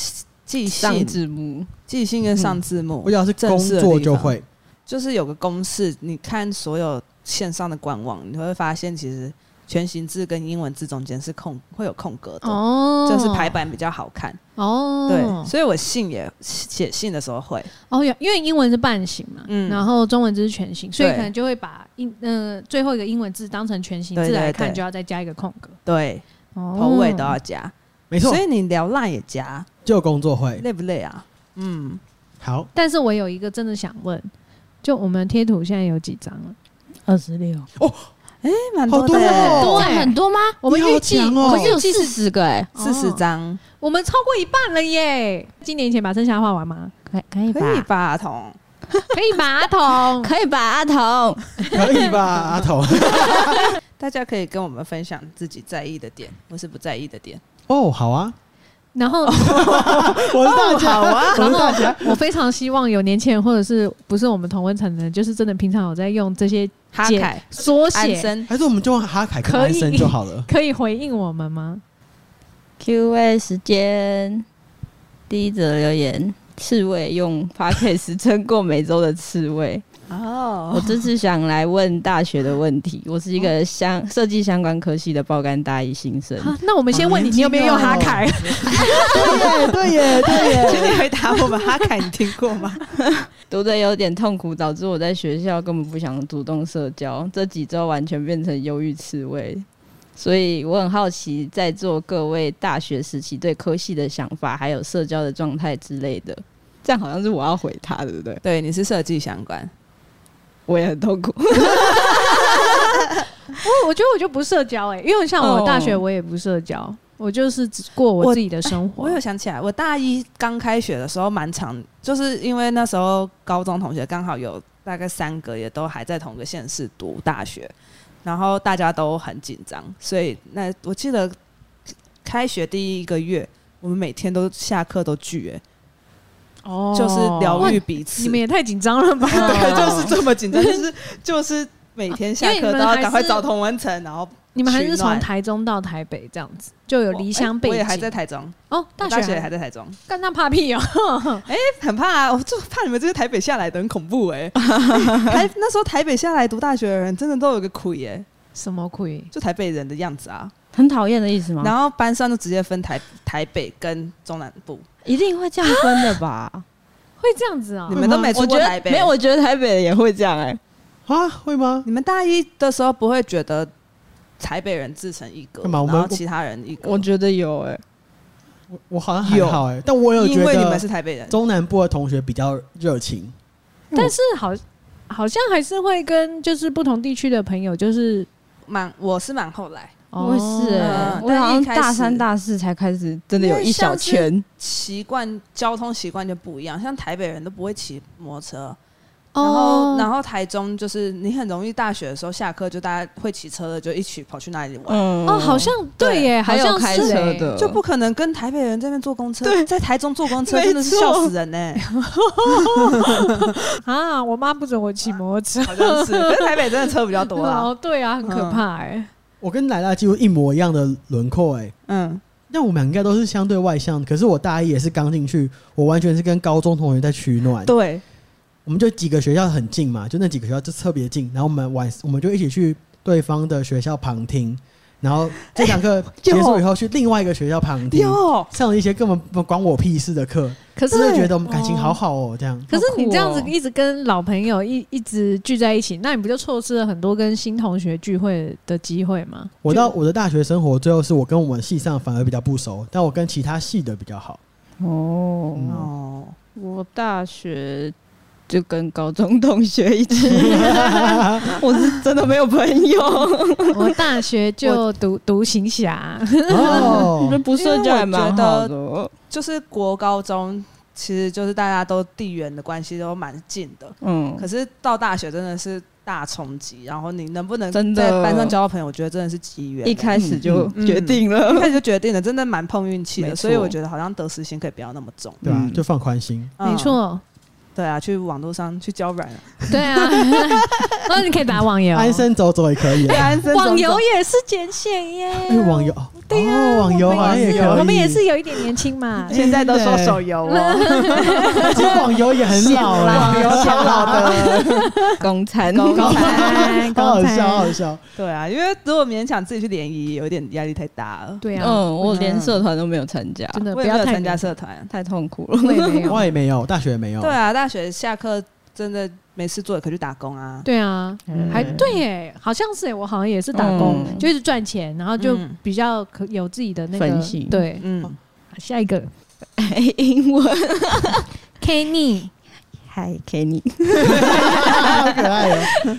Speaker 1: 寄
Speaker 4: 上
Speaker 1: 信、
Speaker 4: 字幕，
Speaker 1: 寄信跟上字幕
Speaker 3: 嗯我，只要是工作就会，
Speaker 1: 就是有个公式，你看所有线上的官网，你会发现其实全形字跟英文字中间是空，会有空格的。
Speaker 2: 哦
Speaker 1: 就是排版比较好看，
Speaker 2: 哦，
Speaker 1: 对，所以我信也写信的时候会，
Speaker 2: 哦，有，因为英文是半形嘛，
Speaker 1: 嗯
Speaker 2: 然后中文字是全形，所以
Speaker 1: 对
Speaker 2: 可能就会把英呃最后一个英文字当成全形
Speaker 1: 对
Speaker 2: 字来
Speaker 1: 对
Speaker 2: 看，
Speaker 1: 对
Speaker 2: 就要再加一个空格，
Speaker 1: 对，
Speaker 2: 哦
Speaker 1: 头尾都要加，
Speaker 3: 没错
Speaker 1: 所，以你聊烂也加，
Speaker 3: 就工作会。
Speaker 1: 累不累啊？嗯，
Speaker 3: 好，
Speaker 2: 但是我有一个真的想问，就我们贴图现在有几张了？
Speaker 4: 二十六，
Speaker 1: 哎，蛮
Speaker 3: 好
Speaker 1: 多
Speaker 3: 多
Speaker 1: 的欸，
Speaker 3: 哦
Speaker 4: 这
Speaker 2: 对
Speaker 4: 样很多吗？
Speaker 2: 我们
Speaker 3: 你好
Speaker 2: 预计
Speaker 3: 强哦
Speaker 4: 我们只有四十个哎，
Speaker 1: 四十，张
Speaker 2: 哦我们超过一半了耶！今年以前把剩下的画完吗？
Speaker 4: 可以可
Speaker 2: 哦
Speaker 4: 以
Speaker 1: 可以？吧，彤？
Speaker 2: 可以吧，阿童？
Speaker 4: 嗯可以吧，阿童？
Speaker 3: 可以吧，阿童？
Speaker 1: 大家可以跟我们分享自己在意的点，或是不在意的点。
Speaker 3: 哦，好啊，哦
Speaker 2: 然后
Speaker 3: 我是大家，
Speaker 1: 好啊
Speaker 3: 我是大家。
Speaker 2: 哦我非常希望有年轻人或者是不是我们同温层的人，就是真的平常有在用这些
Speaker 1: 哈
Speaker 2: 姐
Speaker 1: 凯、
Speaker 2: 缩
Speaker 1: 安
Speaker 2: 写，
Speaker 1: 生，
Speaker 3: 还是我们就用哈凯跟
Speaker 2: 可以
Speaker 3: 安生就好了。
Speaker 2: 可以回应我们吗？
Speaker 4: Q&A 时间，第一则留言：刺猬用 p a c k a g e 撑过每周的刺猬。我
Speaker 1: 哦，
Speaker 4: 这次想来问大学的问题。我是一个相设计相关科系的爆肝大一新生，
Speaker 2: 啊，那我们先问你，
Speaker 3: 好年
Speaker 2: 你
Speaker 3: 轻哦
Speaker 2: 有没有用哈 凯？
Speaker 3: 对耶，对耶，对耶。
Speaker 1: 哦 请你回答我们，哈凯，你听过吗？
Speaker 4: 读的有点痛苦，导致我在学校根本不想主动社交，这几周完全变成忧郁刺猬。所以我很好奇，在座各位大学时期对科系的想法，还有社交的状态之类的。这样好像是我要回他，对不对？
Speaker 1: 对，你是设计相关，
Speaker 4: 我也很痛苦。
Speaker 2: 我我觉得我就不社交哎、因为像我
Speaker 4: 哦
Speaker 2: 大学我也不社交，我就是只过哎我自己的生活
Speaker 1: 我。有想起来，我大一刚开学的时候蛮长，就是因为那时候高中同学刚好有大概三个也都还在同个县市读大学，然后大家都很紧张，所以那我记得开学第一个月，我们每天都下课都聚、欸，
Speaker 2: 哦
Speaker 1: 就是疗愈彼此。
Speaker 2: 你们也太紧张 了吧？
Speaker 1: 对，就是这么紧张， 就是就是每天下
Speaker 2: 哦因为
Speaker 1: 课都
Speaker 2: 你们还
Speaker 1: 要
Speaker 2: 是
Speaker 1: 赶快找同文层，然后
Speaker 2: 你们还是
Speaker 1: 取暖
Speaker 2: 从台中到台北这样子，就有离乡
Speaker 1: 哎
Speaker 2: 背景。
Speaker 1: 我也还在台中，
Speaker 2: 哦，
Speaker 1: 我
Speaker 2: 大
Speaker 1: 大
Speaker 2: 学
Speaker 1: 学还在台中，
Speaker 2: 干那怕屁哦！
Speaker 1: 很怕啊，我就怕你们这些台北下来的很恐怖 哎、台那时候台北下来读大学的人，真的都有个苦耶、
Speaker 2: 什么鬼？
Speaker 1: 就台北人的样子啊。
Speaker 4: 很讨厌的意
Speaker 2: 嗯
Speaker 4: 思吗？
Speaker 1: 然后班上就直接分台台北跟中南部，
Speaker 4: 一定会这样分的吧？
Speaker 2: 会这样子啊
Speaker 1: 你？们都没出
Speaker 4: 我觉
Speaker 1: 过
Speaker 4: 得
Speaker 1: 台北，
Speaker 4: 没有，我觉得台北也会这样哎、
Speaker 3: 啊，会吗？
Speaker 1: 你们大一的时候不会觉得台北人自成一格，
Speaker 3: 干嘛我
Speaker 1: 然
Speaker 3: 们
Speaker 1: 后其他人一格
Speaker 5: 我，觉得有哎、
Speaker 3: 我我好像还好哎、但我有觉
Speaker 1: 因为你们
Speaker 3: 得
Speaker 1: 是台北人，
Speaker 3: 中南部的同学比较热情，
Speaker 2: 但是好好像还是会跟就是不同地区的朋友，就是
Speaker 1: 蛮我是蛮后来
Speaker 4: 我也是欸、
Speaker 2: 哦
Speaker 1: 嗯
Speaker 4: 我好
Speaker 1: 但
Speaker 4: 像
Speaker 1: 一开始
Speaker 4: 大三大四才开始，真的有一小圈。
Speaker 1: 习惯交通习惯就不一样，像台北人都不会骑摩托车，然后
Speaker 2: 哦，
Speaker 1: 然后台中就是你很容易大学的时候下课就大家会骑车的就一起跑去那里玩。
Speaker 4: 嗯
Speaker 2: 哦，好像对耶，好
Speaker 4: 还有
Speaker 2: 像
Speaker 4: 开
Speaker 2: 是欸
Speaker 4: 车
Speaker 2: 耶
Speaker 4: 的，
Speaker 1: 哎就不可能跟台北人在那边坐公车，在台中坐公车
Speaker 4: 没
Speaker 1: 真的是
Speaker 4: 错
Speaker 1: 笑死人呢、
Speaker 2: 啊！我妈不准我骑摩托车，
Speaker 1: 好像是，可是台北真的车比较多 啦。
Speaker 2: 哦，对啊，很可怕哎。
Speaker 3: 我跟莱拉几乎一模一样的轮廓哎、
Speaker 1: 嗯，
Speaker 3: 那我们俩应该都是相对外向，可是我大一也是刚进去，我完全是跟高中同学在取暖。
Speaker 1: 对，
Speaker 3: 我们就几个学校很近嘛，就那几个学校就特别近，然后我们晚我们就一起去对方的学校旁听，然后这堂课 结束以后去另外一个学校旁听，
Speaker 1: 有
Speaker 3: 上了一些根本不管我屁事的课，
Speaker 2: 可是
Speaker 3: 真的觉得我们感情好好哦，这样。
Speaker 2: 可是你这样子
Speaker 4: 好酷哦
Speaker 2: 一直跟老朋友一一直聚在一起，那你不就错失了很多跟新同学聚会的机会吗？
Speaker 3: 我到我的大学生活最后是我跟我们系上反而比较不熟，但我跟其他系的比较 好。
Speaker 4: 哦，
Speaker 1: 哦，
Speaker 4: 我大学就跟高中同学一 起，
Speaker 3: 哦
Speaker 4: 我是真的没有朋友，
Speaker 2: 我大学就读独行侠，
Speaker 4: 就
Speaker 3: 哦，
Speaker 4: 不社交还蛮好
Speaker 1: 因
Speaker 4: 的。
Speaker 1: 就是国高中，其实就是大家都地缘的关系都蛮近的，
Speaker 4: 嗯，
Speaker 1: 可是到大学真的是大冲击，然后你能不能
Speaker 4: 真的
Speaker 1: 在班上交到朋友，我觉得真的是机缘欸。
Speaker 4: 一开始就
Speaker 1: 嗯
Speaker 4: 决定了
Speaker 1: 一。开始就决定了，真的蛮碰运气
Speaker 4: 没
Speaker 1: 的，
Speaker 4: 错
Speaker 1: 所以我觉得好像得失心可以不要那么重。
Speaker 3: 对啊，
Speaker 4: 嗯
Speaker 3: 就放宽心。
Speaker 1: 嗯
Speaker 2: 没，错，
Speaker 1: 对啊，去网络上去交软啊，
Speaker 2: 对啊， 那你可以打网游，
Speaker 3: 安生走走也可以啊，
Speaker 1: 安生
Speaker 2: 网
Speaker 1: 。
Speaker 2: 游也是捡线耶
Speaker 3: 哎，网游，
Speaker 2: 对呀、
Speaker 3: 哦网游好像也可以，哎
Speaker 2: 我们也是有一点年轻 嘛
Speaker 1: 现在都说手游 哦，
Speaker 3: 而且网游也很老了，
Speaker 1: 网游超老的。
Speaker 4: 公餐，
Speaker 1: 公餐
Speaker 3: 好好笑，好好笑。
Speaker 1: 对啊，因为如果勉强自己去联谊，有点压力太大了。
Speaker 2: 对啊，
Speaker 4: 嗯，我连社团都没有参加，
Speaker 2: 真的
Speaker 1: 我
Speaker 2: 不
Speaker 1: 也没
Speaker 2: 要
Speaker 1: 有
Speaker 2: 太
Speaker 1: 参加社团。
Speaker 4: 太痛苦了。
Speaker 2: 我也没有。
Speaker 3: 我也没有，大学也没有。
Speaker 1: 对啊，大学下课真的没事做，也可以去打工啊。
Speaker 2: 对啊，
Speaker 4: 嗯
Speaker 2: 还对耶，好像是耶，我好像也是打工，
Speaker 4: 嗯
Speaker 2: 就一直赚钱，然后就
Speaker 1: 嗯
Speaker 2: 比较可有自己的那个
Speaker 4: 分析
Speaker 2: 对，
Speaker 1: 嗯，
Speaker 2: 下一个
Speaker 4: 英 文，
Speaker 2: Kenny，
Speaker 4: 嗨，Kenny。
Speaker 3: 好可爱哦。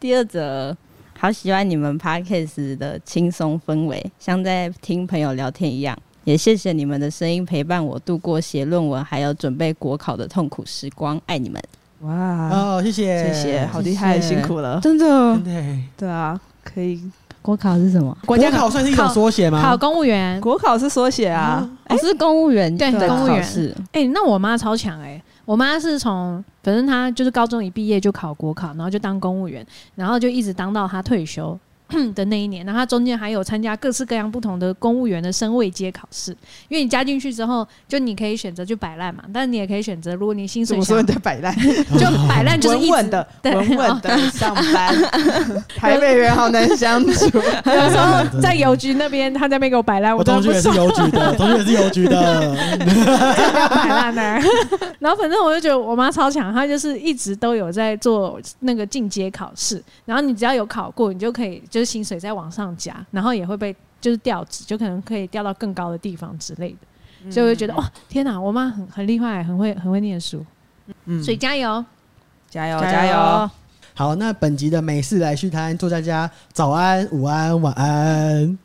Speaker 4: 第二则，好喜欢你们 podcast 的轻松氛围，像在听朋友聊天一样。也谢谢你们的声音陪伴我度过写论文还有准备国考的痛苦时光，爱你们！
Speaker 1: 哇，
Speaker 3: 哦，谢谢，
Speaker 1: 谢谢，好厉害，
Speaker 4: 谢谢
Speaker 1: 辛苦了。
Speaker 4: 真的
Speaker 3: 真，的耶。
Speaker 1: 对啊，可以。
Speaker 4: 国考是什么？
Speaker 3: 国家考算是一种缩写
Speaker 2: 考
Speaker 3: 吗？
Speaker 2: 公务员。
Speaker 1: 国考是缩写啊，
Speaker 4: 哦，是公务员
Speaker 2: 对
Speaker 4: 的
Speaker 2: 公务员
Speaker 4: 考试，
Speaker 2: 哎、那我妈超强哎、我妈是从反正她就是高中一毕业就考国考，然后就当公务员，然后就一直当到她退休 的那一年。然后她中间还有参加各式各样不同的公务员的升位阶考试，因为你加进去之后，就你可以选择去摆烂嘛，但你也可以选择，如果你薪水
Speaker 1: 我
Speaker 2: 想
Speaker 1: 说你的摆烂，
Speaker 2: 就摆烂就是一
Speaker 1: 稳稳
Speaker 2: 直
Speaker 1: 的，
Speaker 2: 对
Speaker 1: 稳稳的上班。台北人好难相处，
Speaker 2: 有时候 在邮局那边，他在那边给我摆烂，
Speaker 3: 我
Speaker 2: 都
Speaker 3: 同
Speaker 2: 不
Speaker 3: 学也是
Speaker 2: 爽，
Speaker 3: 邮 局的，同学也是邮局的。
Speaker 2: 不要 摆烂呢。 然后反正我就觉得我妈超强，她就是一直都有在做那个进阶考试，然后你只要有考过，你就可以就是薪水再往上加，然后也会被就是调职，就可能可以调到更高的地方之类的。
Speaker 1: 嗯
Speaker 2: 所以我就觉得哇、哦天哪，我妈很很厉害，很会很会念书，
Speaker 1: 嗯
Speaker 2: 所以加油！
Speaker 1: 加油加油，
Speaker 3: 好，那本集的美式来续摊，祝大家早安、午安、晚安。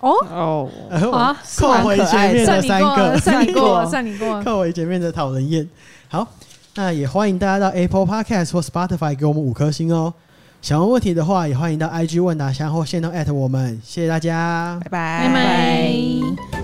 Speaker 1: 哦，
Speaker 2: 啊
Speaker 3: 呃
Speaker 2: 好，
Speaker 3: 扣回前面
Speaker 2: 算
Speaker 3: 的
Speaker 2: 你
Speaker 3: 三
Speaker 2: 过，
Speaker 3: 个，
Speaker 2: 算你 过，
Speaker 1: 三
Speaker 2: 算你过。
Speaker 3: 扣回前面的讨人厌。好，那也欢迎大家到 Apple Podcast 或 Spotify 给我们五颗星哦。想问问题的话，也欢迎到 IG 问答箱或线动 at 我们。谢谢大家，
Speaker 1: 拜拜
Speaker 2: 拜拜。